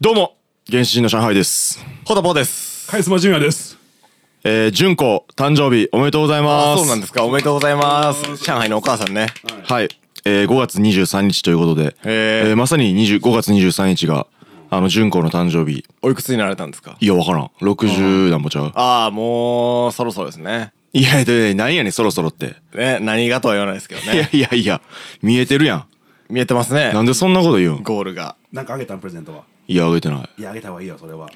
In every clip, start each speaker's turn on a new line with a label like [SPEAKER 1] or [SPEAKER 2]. [SPEAKER 1] どうも原始人の上海ですほたぽです
[SPEAKER 2] カリスマジュニアです。
[SPEAKER 1] えー、純子誕生日おめでとうございます
[SPEAKER 3] そうなんですか。おめでとうございます。上海のお母さんね。
[SPEAKER 1] はい、えー、5月23日ということで、
[SPEAKER 3] へー
[SPEAKER 1] えーまさに20 5月23日があの純子の誕生日
[SPEAKER 3] おいくつになられたんですか
[SPEAKER 1] いやわからん60なんぼちゃう
[SPEAKER 3] ああ、もう、そろそろですね。
[SPEAKER 1] いやで何やねんそろそろって
[SPEAKER 3] ね、何がとは言わないですけど
[SPEAKER 1] いや
[SPEAKER 3] ね。
[SPEAKER 1] いやいや見えてるや
[SPEAKER 3] 見えてますね
[SPEAKER 1] ん。なんでそんなこと言うん
[SPEAKER 3] ゴールが。
[SPEAKER 2] なんかあげたんプレゼントは。
[SPEAKER 1] いやあげてない
[SPEAKER 2] いやあげた方がいいよそれは。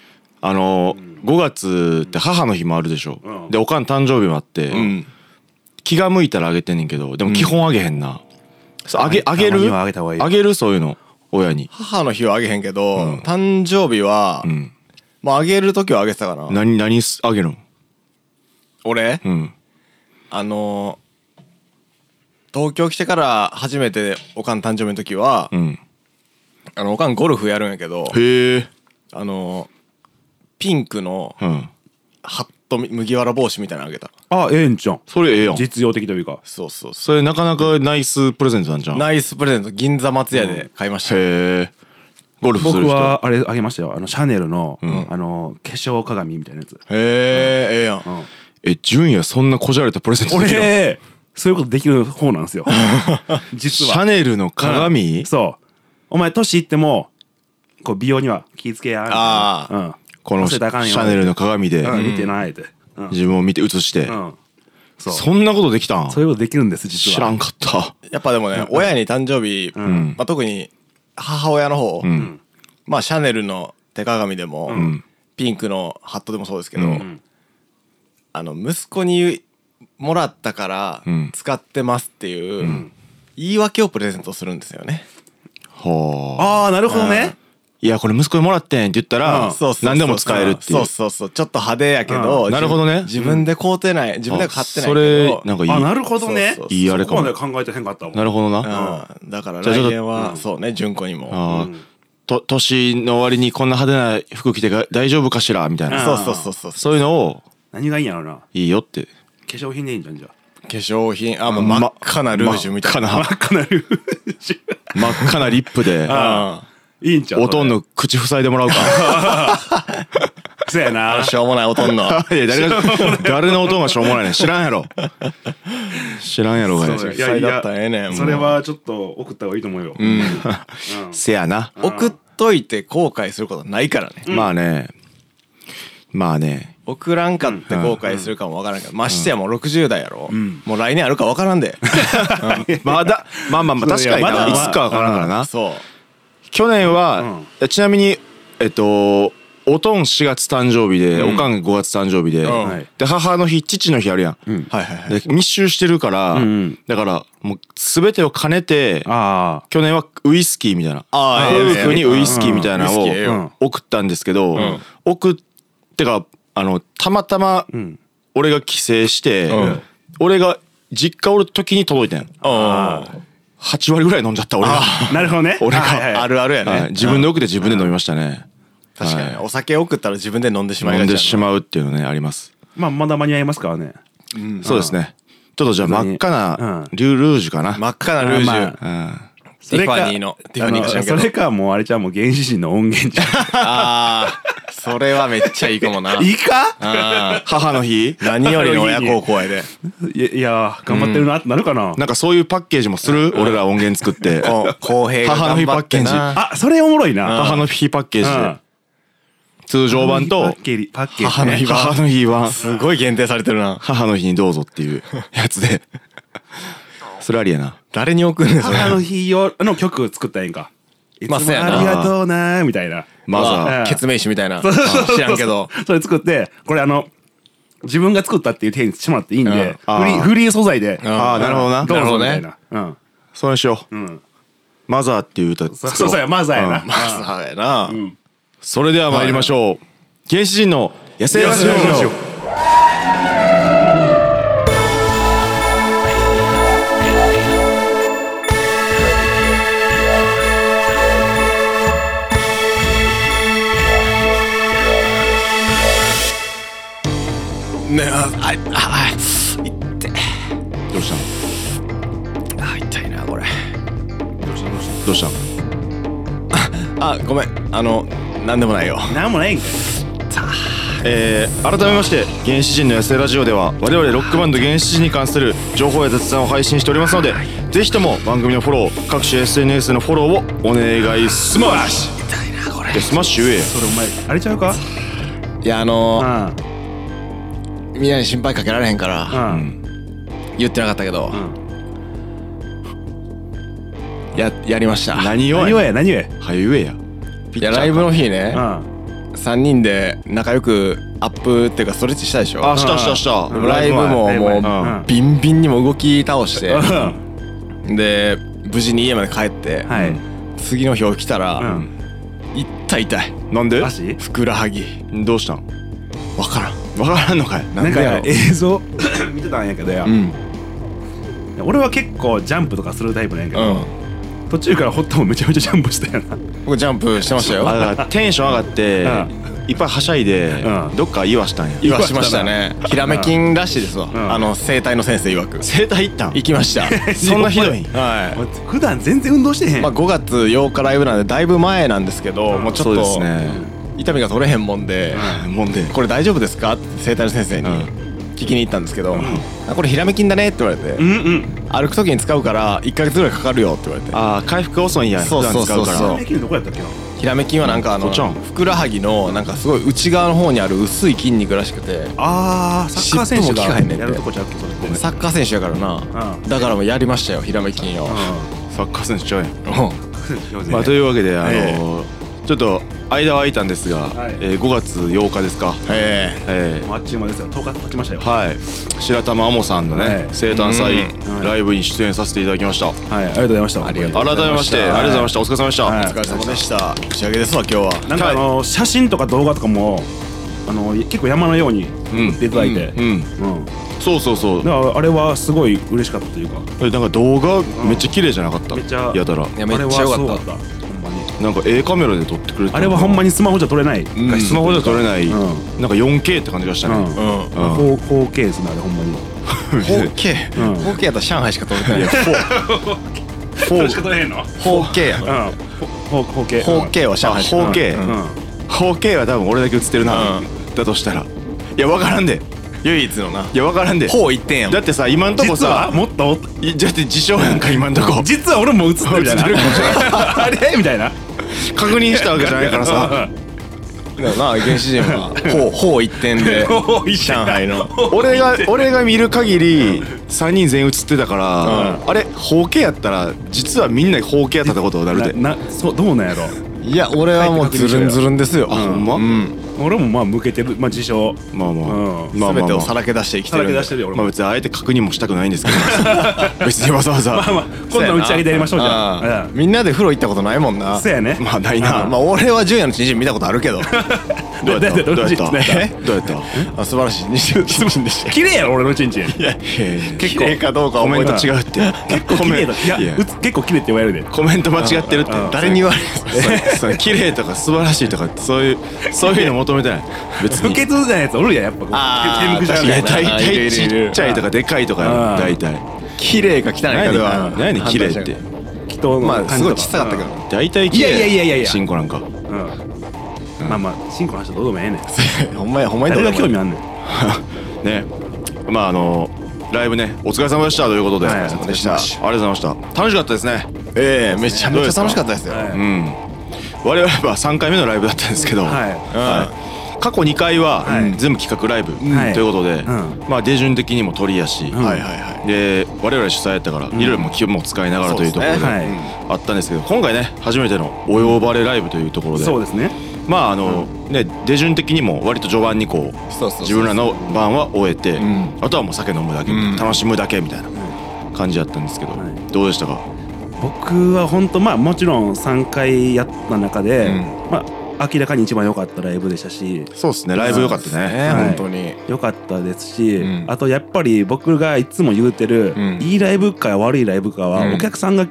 [SPEAKER 1] あのー、5月って母の日もあるでしょ、
[SPEAKER 2] うん
[SPEAKER 1] でおかん誕生日もあって、
[SPEAKER 3] うん。
[SPEAKER 1] 気が向いたらあげてんねんけどでも基本あげへんな、そうあげあげ
[SPEAKER 2] たま
[SPEAKER 1] る
[SPEAKER 2] にはあげた方がいい
[SPEAKER 1] あげるそういうの親に
[SPEAKER 3] 母の日はあげへんけど、誕生日は、
[SPEAKER 1] ん
[SPEAKER 3] まああげる時はあげてたかな。
[SPEAKER 1] 何何すあげるの
[SPEAKER 3] 俺、
[SPEAKER 1] うん
[SPEAKER 3] あのー、東京来てから初めておかん誕生日の時は、
[SPEAKER 1] うん
[SPEAKER 3] あの、おかんゴルフやるんやけど、
[SPEAKER 1] へえ
[SPEAKER 3] あのー、ピンクの
[SPEAKER 1] うん
[SPEAKER 3] ハットみ麦わら帽子みたいなのあげた。
[SPEAKER 2] あええんちゃん。
[SPEAKER 1] それええやん
[SPEAKER 2] 実用的というか。
[SPEAKER 3] そうそうそ
[SPEAKER 1] それなかなかナイスプレゼントなんじゃ
[SPEAKER 3] う。
[SPEAKER 1] んへ
[SPEAKER 3] ナイスプレゼント、銀座松屋で買いました。
[SPEAKER 1] えゴルフする
[SPEAKER 2] 僕
[SPEAKER 1] 人
[SPEAKER 2] はあれあげましたよ。あのシャネルのあの化粧鏡みたいなやつ。
[SPEAKER 3] へえ、ええやん。
[SPEAKER 1] え純也そんなこじゃれたプレゼントできるの
[SPEAKER 2] 俺そういうことできる方なんですよ。実
[SPEAKER 1] シ
[SPEAKER 2] は。
[SPEAKER 1] ャネルの鏡、
[SPEAKER 2] そう。お前年いってもこう美容には気ぃつけや。
[SPEAKER 3] ああ
[SPEAKER 2] うん。
[SPEAKER 1] このシャネルの鏡で
[SPEAKER 2] うん見てないで。うん。
[SPEAKER 1] 自分を見て映して、
[SPEAKER 2] うんそう。そ
[SPEAKER 1] そんなことできたん
[SPEAKER 2] ういうことできるんです実は。
[SPEAKER 1] 知らんかった
[SPEAKER 3] やっぱでもね、親に誕生日、
[SPEAKER 2] ん
[SPEAKER 3] まあ、特に母親の方、
[SPEAKER 1] ん
[SPEAKER 3] まあシャネルの手鏡でも、
[SPEAKER 2] ん
[SPEAKER 3] ピンクのハットでもそうですけど、
[SPEAKER 2] ん
[SPEAKER 3] あの息子にもらったから
[SPEAKER 1] ん
[SPEAKER 3] 使ってますっていう、言い訳をプレゼントするんですよね。
[SPEAKER 1] はあ
[SPEAKER 2] ああなるほどね。
[SPEAKER 1] いやこれ息子にもらってんって言ったら、
[SPEAKER 3] そうそうそう
[SPEAKER 1] 何でも使えるっていう
[SPEAKER 3] そうそうそうちょっと派手やけど、
[SPEAKER 1] うんなるほどね
[SPEAKER 3] 自分で買うてない自分では買ってない
[SPEAKER 1] そ
[SPEAKER 3] け
[SPEAKER 1] れ
[SPEAKER 3] ど
[SPEAKER 1] なんかいい
[SPEAKER 2] あなるほどね
[SPEAKER 3] そうそう。そう
[SPEAKER 1] いいあれかも
[SPEAKER 2] そこまで考えてへんかったわ。
[SPEAKER 1] なるほどな、あ
[SPEAKER 3] うんだから
[SPEAKER 1] じゃあちょっ
[SPEAKER 3] 来
[SPEAKER 1] と
[SPEAKER 3] 年はそうね純子にも
[SPEAKER 1] あと年の終わりにこんな派手な服着てが大丈夫かしらみたいな、
[SPEAKER 3] そうそうそうそう
[SPEAKER 1] そういうのを
[SPEAKER 2] 何がいいんやろうな。
[SPEAKER 1] いいよって
[SPEAKER 2] 化粧品でいいんじゃんじゃ
[SPEAKER 3] 化粧品あもう真っ赤なルージュみたいな
[SPEAKER 1] 真っ
[SPEAKER 2] あ。かなり
[SPEAKER 1] 赤な真っ赤なリップで
[SPEAKER 3] うん
[SPEAKER 2] いいんちゃう
[SPEAKER 1] おとん
[SPEAKER 2] の。
[SPEAKER 1] の口塞いでもらおう か
[SPEAKER 2] そやな。
[SPEAKER 3] しょうもないおとんの
[SPEAKER 1] いや誰が誰のおとんがしょうもないねん知らんやろ知らんやろがや
[SPEAKER 2] そう
[SPEAKER 3] いやいやったらええねん
[SPEAKER 2] それはちょっと送った方がいいと思うよ。うん。
[SPEAKER 1] せやな、
[SPEAKER 3] 送っといて後悔することないからね
[SPEAKER 1] まあねまあね
[SPEAKER 3] 送らんかって後悔するかもわからんけどましてやもう60代やろもう来年あるかわからんで
[SPEAKER 1] まだまあまあまあ確かに
[SPEAKER 2] いやま
[SPEAKER 1] な
[SPEAKER 2] だ
[SPEAKER 1] いつかわからんからな
[SPEAKER 3] そう
[SPEAKER 1] 去年は、ちなみにえっとおとん4月誕生日で、おかん5月誕生日で、
[SPEAKER 3] ん
[SPEAKER 2] はい
[SPEAKER 1] で母の日父の日あるやん、
[SPEAKER 3] はいはいはい
[SPEAKER 1] で密集してるから、
[SPEAKER 2] んうん
[SPEAKER 1] だからもう全てを兼ねて
[SPEAKER 2] あ
[SPEAKER 1] 去年はウイスキーみたいな
[SPEAKER 3] ああ
[SPEAKER 1] 夫婦にウイスキーみたいな
[SPEAKER 3] うん
[SPEAKER 1] の
[SPEAKER 3] ウイスキーええ
[SPEAKER 1] を
[SPEAKER 2] よ
[SPEAKER 1] 送ったんですけど、
[SPEAKER 3] ん
[SPEAKER 1] 送ってかあのたまたま
[SPEAKER 2] ん
[SPEAKER 1] 俺が帰省して、
[SPEAKER 3] うん
[SPEAKER 1] 俺が実家おる時に届いてん
[SPEAKER 3] あ
[SPEAKER 1] 8割ぐらい飲んじゃった俺が。
[SPEAKER 2] あ。なるほどね。
[SPEAKER 1] 俺が
[SPEAKER 2] はいはいはい
[SPEAKER 3] あるあるや
[SPEAKER 1] はい
[SPEAKER 3] ね
[SPEAKER 1] 自分で送って自分で飲みましたね
[SPEAKER 3] 確かにお酒送ったら自分で飲んでしまい
[SPEAKER 1] 飲
[SPEAKER 3] が
[SPEAKER 1] ん
[SPEAKER 3] ち
[SPEAKER 1] で
[SPEAKER 3] や
[SPEAKER 1] しまうっていうのねあります
[SPEAKER 2] まあまだ間に合いますからね。
[SPEAKER 1] そうですねちょっとじゃあ真っ赤な
[SPEAKER 2] うん
[SPEAKER 1] リュルージュかな
[SPEAKER 3] 真っ赤なルージ
[SPEAKER 2] まあ
[SPEAKER 3] ュ
[SPEAKER 2] ま
[SPEAKER 1] う
[SPEAKER 3] ティファニーのティファニーか知らんけ
[SPEAKER 2] そ
[SPEAKER 3] ど
[SPEAKER 2] れかもうあれじゃんもう原始人の音源じゃ
[SPEAKER 3] ああそれはめっちゃいいかもな
[SPEAKER 2] ん。いいか？
[SPEAKER 3] あ
[SPEAKER 1] 母の日
[SPEAKER 3] ー何よりの親孝行やで
[SPEAKER 2] いやいや頑張ってるなってなるかな。
[SPEAKER 1] なんかそういうパッケージもする俺ら音源作って
[SPEAKER 3] こ公平が
[SPEAKER 1] 母の日
[SPEAKER 3] 頑
[SPEAKER 1] パッ
[SPEAKER 3] 張っ
[SPEAKER 1] ケー
[SPEAKER 3] て
[SPEAKER 1] ジ
[SPEAKER 3] な
[SPEAKER 2] あそれおもろいな。
[SPEAKER 1] 母の日パッケー
[SPEAKER 2] う
[SPEAKER 1] ジ
[SPEAKER 2] ん
[SPEAKER 1] で通常版
[SPEAKER 2] パ
[SPEAKER 1] と
[SPEAKER 2] ッケージパッケージね。
[SPEAKER 1] 母の日母の日版
[SPEAKER 3] すごい限定されてるな。
[SPEAKER 1] 母の日にどうぞっていうやつでそれありやな
[SPEAKER 3] 誰に送るんです
[SPEAKER 2] 母の日用の曲作ったらええんか。いつ
[SPEAKER 3] ま
[SPEAKER 2] もあ
[SPEAKER 3] あそうやな
[SPEAKER 2] りがとうなーみたいな。
[SPEAKER 1] マザ
[SPEAKER 2] あ
[SPEAKER 1] ー
[SPEAKER 3] ケツメイシみたいな。
[SPEAKER 2] そうそうそう
[SPEAKER 3] 知らんけど。。
[SPEAKER 2] それ作って、これあの、自分が作ったっていう手にしてもらっていいんで、
[SPEAKER 3] うん
[SPEAKER 2] フリ
[SPEAKER 1] あー
[SPEAKER 2] ーフリー素材で。
[SPEAKER 1] ああなるほどな
[SPEAKER 2] どうぞみたい
[SPEAKER 3] な
[SPEAKER 2] な。うん。
[SPEAKER 1] そうしよう
[SPEAKER 2] うん。
[SPEAKER 1] マザーっていう歌作ろ
[SPEAKER 2] そうそうや、マザーやな。
[SPEAKER 3] まさやな。
[SPEAKER 1] それでは参りましょう原始人の野生ラジ
[SPEAKER 2] 野生ラジ
[SPEAKER 1] オ
[SPEAKER 2] オ
[SPEAKER 3] ねあ、あ、あ、あ、いって。
[SPEAKER 1] どうしたの
[SPEAKER 3] あ、痛いな、これ。
[SPEAKER 1] どうしたの
[SPEAKER 3] あ、ごめん。あの、なんでもないよ
[SPEAKER 2] なんもないんかい
[SPEAKER 1] えー改めまして原始人の野生ラジオでは我々ロックバンド原始人に関する情報や雑談を配信しておりますのでぜひとも番組のフォロー各種 SNS のフォローをお願いしますいやスマッシュ言えよ
[SPEAKER 2] それお前あれちゃうか
[SPEAKER 3] いやあのー
[SPEAKER 2] あ
[SPEAKER 3] みんなに心配かけられへんから
[SPEAKER 2] あ
[SPEAKER 3] 言ってなかったけど
[SPEAKER 2] うん
[SPEAKER 3] ややりました
[SPEAKER 1] 何を
[SPEAKER 2] 何をや何をや
[SPEAKER 1] はゆえや
[SPEAKER 3] いやライブの日ね
[SPEAKER 2] うん
[SPEAKER 3] 3人で仲良くアップっていうかストレッチしたでしょ
[SPEAKER 1] あしたしたした
[SPEAKER 2] うん
[SPEAKER 3] ライブも
[SPEAKER 2] ライブ
[SPEAKER 1] もう
[SPEAKER 2] 前うん
[SPEAKER 3] ビンビンにも動き倒 して
[SPEAKER 2] うん
[SPEAKER 3] で無事に家まで帰って
[SPEAKER 2] はい
[SPEAKER 3] 次の日起きた
[SPEAKER 2] う
[SPEAKER 3] ら
[SPEAKER 2] ん
[SPEAKER 3] 痛い痛い
[SPEAKER 1] なんで
[SPEAKER 2] 足
[SPEAKER 3] ふくらはぎ
[SPEAKER 1] どうしたん
[SPEAKER 3] わからん
[SPEAKER 1] わからんのかい
[SPEAKER 2] なん
[SPEAKER 3] でや
[SPEAKER 2] か
[SPEAKER 3] ろ
[SPEAKER 2] 映像 見てたんやけどや
[SPEAKER 3] うん
[SPEAKER 2] 俺は結構ジャンプとかするタイプなんやけ
[SPEAKER 3] う
[SPEAKER 2] ど
[SPEAKER 3] ん
[SPEAKER 2] 途中からホットもめちゃめちゃジャンプしたよな
[SPEAKER 3] 僕ジャンプしてました
[SPEAKER 1] あ
[SPEAKER 3] よ
[SPEAKER 1] だからテンション上がっていっぱいはしゃいで
[SPEAKER 2] うん
[SPEAKER 1] どっか言わしたんや
[SPEAKER 3] 言わしましたねひらめきんらしいですわ
[SPEAKER 2] ん
[SPEAKER 3] あの整体の先生曰く
[SPEAKER 1] 整体行ったん
[SPEAKER 3] 行きました
[SPEAKER 1] そんなひどいん
[SPEAKER 3] はい
[SPEAKER 2] お前普段全然運動してへん
[SPEAKER 3] まあ5月8日ライブなんでだいぶ前なんですけどもうち
[SPEAKER 1] そ
[SPEAKER 3] ょっ
[SPEAKER 1] うで
[SPEAKER 3] と
[SPEAKER 1] すね
[SPEAKER 3] 痛みが取れへんもんで
[SPEAKER 1] もんで
[SPEAKER 3] これ大丈夫ですか?」って整体の先生に
[SPEAKER 1] うん
[SPEAKER 3] 聞きに行ったんですけど「あこれひらめきんだね」って言われて
[SPEAKER 2] うんうん
[SPEAKER 3] 「歩く時に使うから1ヶ月ぐらいかかるよ」って言われて
[SPEAKER 1] あー回復遅いんや
[SPEAKER 3] そうそうそうそう
[SPEAKER 1] 普段使
[SPEAKER 3] そ
[SPEAKER 1] か
[SPEAKER 3] う
[SPEAKER 2] できるとこやったっけな
[SPEAKER 3] ひらめきんはなんかあ
[SPEAKER 1] そ
[SPEAKER 3] の
[SPEAKER 1] っちなん
[SPEAKER 3] ふくらはぎのなんかすごい内側の方にある薄い筋肉らしくて
[SPEAKER 2] あーサッカー選手
[SPEAKER 3] 尻尾も効かへんねん
[SPEAKER 2] が
[SPEAKER 3] て
[SPEAKER 2] やるとこちゃうっけそれごめん
[SPEAKER 3] サッカー選手やからな
[SPEAKER 2] うん
[SPEAKER 3] だからもうやりましたよひらめきんを
[SPEAKER 2] う
[SPEAKER 1] らサッカー選手ちゃうやん
[SPEAKER 3] うん
[SPEAKER 2] ん
[SPEAKER 1] まあと
[SPEAKER 2] う
[SPEAKER 1] いうわけであのーちょっと間は空いたんですが
[SPEAKER 2] はい
[SPEAKER 1] えー5月8日ですか
[SPEAKER 3] ええ
[SPEAKER 1] えー
[SPEAKER 2] あっちゅう間ですよ10日経ちましたよ
[SPEAKER 1] はい白玉あもさんの
[SPEAKER 2] は
[SPEAKER 1] ね
[SPEAKER 2] い
[SPEAKER 1] 生誕祭
[SPEAKER 2] うん
[SPEAKER 1] ライブに出演させていただきました
[SPEAKER 2] はいありがとうございました
[SPEAKER 3] ありがとう
[SPEAKER 1] 改めまして
[SPEAKER 3] はい
[SPEAKER 1] ありがとうございましたお疲れ様でした
[SPEAKER 2] はい
[SPEAKER 3] お疲れ様でした打ち上げですわ今日は
[SPEAKER 2] なんかあの写真とか動画とかもあの結構山のように
[SPEAKER 1] うん
[SPEAKER 2] 出ていただいて
[SPEAKER 1] う、ん
[SPEAKER 2] うん
[SPEAKER 1] そうそうそう
[SPEAKER 2] だからあれはすごい嬉しかったというか
[SPEAKER 1] えなんか動画めっちゃ綺麗じゃなかった
[SPEAKER 2] めっちゃ
[SPEAKER 1] やたら
[SPEAKER 3] いやめっちゃ良かった
[SPEAKER 2] あれはすごかったほんまに
[SPEAKER 1] なんか A カメラで撮ってくれてた
[SPEAKER 2] あれはほんまにスマホじゃ撮れない、
[SPEAKER 3] ん
[SPEAKER 1] スマホじゃ撮れない、
[SPEAKER 2] う
[SPEAKER 1] なんか 4K って感じがしたね、
[SPEAKER 3] う
[SPEAKER 1] う
[SPEAKER 3] ん
[SPEAKER 1] ん
[SPEAKER 2] 4K ですねあれほんまに
[SPEAKER 3] 4K
[SPEAKER 2] うん
[SPEAKER 3] 4K やったら上海しか撮れてない い
[SPEAKER 1] や
[SPEAKER 2] そ
[SPEAKER 1] 4K
[SPEAKER 2] れしか撮れへんの
[SPEAKER 3] 4K や
[SPEAKER 2] うん 4K
[SPEAKER 3] 4 k は上海しか撮れてな
[SPEAKER 1] 4K
[SPEAKER 3] い
[SPEAKER 2] うん
[SPEAKER 1] 4K は多分俺だけ映ってるな、
[SPEAKER 3] う
[SPEAKER 1] だとしたらいや分からんで
[SPEAKER 3] 唯一のない
[SPEAKER 1] や分からんで
[SPEAKER 3] ほう1点やも
[SPEAKER 1] だ
[SPEAKER 3] ん
[SPEAKER 1] ってさ今んとこ
[SPEAKER 2] 実は
[SPEAKER 1] さ
[SPEAKER 2] もっと
[SPEAKER 1] いだって自称やんか今んと こ
[SPEAKER 2] 実は俺も映ってるみたいな
[SPEAKER 1] 映ってるかもし
[SPEAKER 2] あれみたいな
[SPEAKER 1] 確認したわけじゃないから さ
[SPEAKER 3] だよな原始人は ほうほう1点 で
[SPEAKER 2] ほう一点
[SPEAKER 3] 上海の
[SPEAKER 1] 俺が俺が見る限り3人全員映ってたから、あれ 4K やったら実はみんな 4K やったってことになるで
[SPEAKER 2] ななそうどうなんやろ
[SPEAKER 3] いや俺はもうズルンズルンですよ
[SPEAKER 1] あほんま、
[SPEAKER 3] うん
[SPEAKER 2] 俺もまあ向けてるまあ自称
[SPEAKER 1] まあまあ、
[SPEAKER 2] うん
[SPEAKER 1] まあま
[SPEAKER 3] 全
[SPEAKER 1] あ
[SPEAKER 3] て
[SPEAKER 1] ま
[SPEAKER 3] を
[SPEAKER 1] あ
[SPEAKER 3] さらけ出して生きて
[SPEAKER 2] さ
[SPEAKER 3] る
[SPEAKER 2] ら
[SPEAKER 3] ん
[SPEAKER 2] け
[SPEAKER 3] で
[SPEAKER 2] 出してるよ俺
[SPEAKER 1] まあ
[SPEAKER 2] も、
[SPEAKER 1] 別にあえて確認もしたくないんですけど別にわざわざ
[SPEAKER 2] まあまあ今度打ち上げでやりましょうじ
[SPEAKER 3] あ
[SPEAKER 2] ゃあ
[SPEAKER 3] あみんなで風呂行ったことないもん
[SPEAKER 2] う
[SPEAKER 3] なん
[SPEAKER 2] そうやね
[SPEAKER 1] まあないな、
[SPEAKER 3] まあ俺は純也の知人見たことあるけど
[SPEAKER 1] どうやったど
[SPEAKER 2] だだ
[SPEAKER 1] うやっ
[SPEAKER 2] どうやった
[SPEAKER 1] たどうやった
[SPEAKER 3] あ素晴らしい知人でした
[SPEAKER 2] 綺麗やろ俺のチンチン結
[SPEAKER 1] 結
[SPEAKER 3] 綺麗かどうかは
[SPEAKER 1] コメ
[SPEAKER 3] 覚
[SPEAKER 1] ン
[SPEAKER 3] え
[SPEAKER 1] ト
[SPEAKER 3] てない
[SPEAKER 1] 違うって結
[SPEAKER 2] 構綺麗だいや
[SPEAKER 1] いや
[SPEAKER 2] うつ結構綺麗って言われるで
[SPEAKER 1] コメント間違ってるって
[SPEAKER 2] う
[SPEAKER 1] 誰
[SPEAKER 2] ん
[SPEAKER 3] 誰
[SPEAKER 1] に
[SPEAKER 3] に
[SPEAKER 1] 言わ
[SPEAKER 3] 言わ
[SPEAKER 1] れ
[SPEAKER 3] れ
[SPEAKER 1] るそれ綺麗とか素晴らしいとかそういうそういうの求めてない別
[SPEAKER 2] 不
[SPEAKER 1] に
[SPEAKER 2] 潔なやつおるやんやっぱこう
[SPEAKER 3] あー
[SPEAKER 2] 手抜くじゃ
[SPEAKER 3] 確
[SPEAKER 1] い
[SPEAKER 3] か
[SPEAKER 1] や
[SPEAKER 2] ん
[SPEAKER 3] に
[SPEAKER 1] 大
[SPEAKER 3] あいる
[SPEAKER 1] 体
[SPEAKER 3] いる
[SPEAKER 1] ち
[SPEAKER 3] いる
[SPEAKER 1] っちゃいとかでかいとか
[SPEAKER 2] う
[SPEAKER 1] や
[SPEAKER 2] ん
[SPEAKER 1] 大体
[SPEAKER 3] 綺麗か汚いか
[SPEAKER 1] 何
[SPEAKER 3] で
[SPEAKER 1] や
[SPEAKER 3] は
[SPEAKER 1] ねん何やねん綺麗って
[SPEAKER 2] 人の
[SPEAKER 3] まあすごい
[SPEAKER 2] 感じ
[SPEAKER 3] 小さ
[SPEAKER 2] と
[SPEAKER 3] かったけど
[SPEAKER 1] 大体綺麗
[SPEAKER 2] いやいやいやいや
[SPEAKER 1] シンコなんか
[SPEAKER 2] うんまあまあ進行の話はどうでもええねん
[SPEAKER 3] ほんまやほんまに
[SPEAKER 2] 誰
[SPEAKER 3] どう
[SPEAKER 2] が
[SPEAKER 3] でもい
[SPEAKER 2] 興
[SPEAKER 3] い
[SPEAKER 2] 味あんねん
[SPEAKER 1] ねまああのライブねお疲れ様でしたということで
[SPEAKER 2] はい
[SPEAKER 1] ありがとうございましたありがとうございました楽しかったですね、
[SPEAKER 3] ええめちゃめちゃ楽しかったですよ
[SPEAKER 2] はいう
[SPEAKER 1] ん我々は3回目のライブだったんですけど
[SPEAKER 2] はい
[SPEAKER 1] はい過去2回は
[SPEAKER 2] はい
[SPEAKER 1] 全部企画ライブ
[SPEAKER 2] はい
[SPEAKER 1] ということで
[SPEAKER 2] ん
[SPEAKER 1] まあ手順的にも取りやし
[SPEAKER 2] ん
[SPEAKER 3] はいはいはい
[SPEAKER 1] で我々主催やったからいろいろも気も使いながらというところで
[SPEAKER 3] そうです
[SPEAKER 2] ね
[SPEAKER 1] あったんですけど今回ね初めてのお呼ばれライブというところで
[SPEAKER 2] そうですね
[SPEAKER 1] まああのね手順的にも割と序盤にこう
[SPEAKER 3] そうそうそう
[SPEAKER 1] 自分らの番は終えて
[SPEAKER 3] ん
[SPEAKER 1] あとはもう酒飲むだけ
[SPEAKER 3] うん
[SPEAKER 1] 楽しむだけみたいな感じだったんですけど
[SPEAKER 2] い
[SPEAKER 1] どうでしたか
[SPEAKER 2] 僕は本当まあもちろん3回やった中で、
[SPEAKER 3] うん
[SPEAKER 2] まあ明らかに一番良かったライブでしたし
[SPEAKER 1] そうですねライブ良かったね
[SPEAKER 2] はい
[SPEAKER 3] 本当に
[SPEAKER 2] 良かったですし、
[SPEAKER 3] うん
[SPEAKER 2] あとやっぱり僕がいつも言うてる、
[SPEAKER 3] うん
[SPEAKER 2] いいライブか悪いライブかは、
[SPEAKER 3] うん
[SPEAKER 2] お客さんが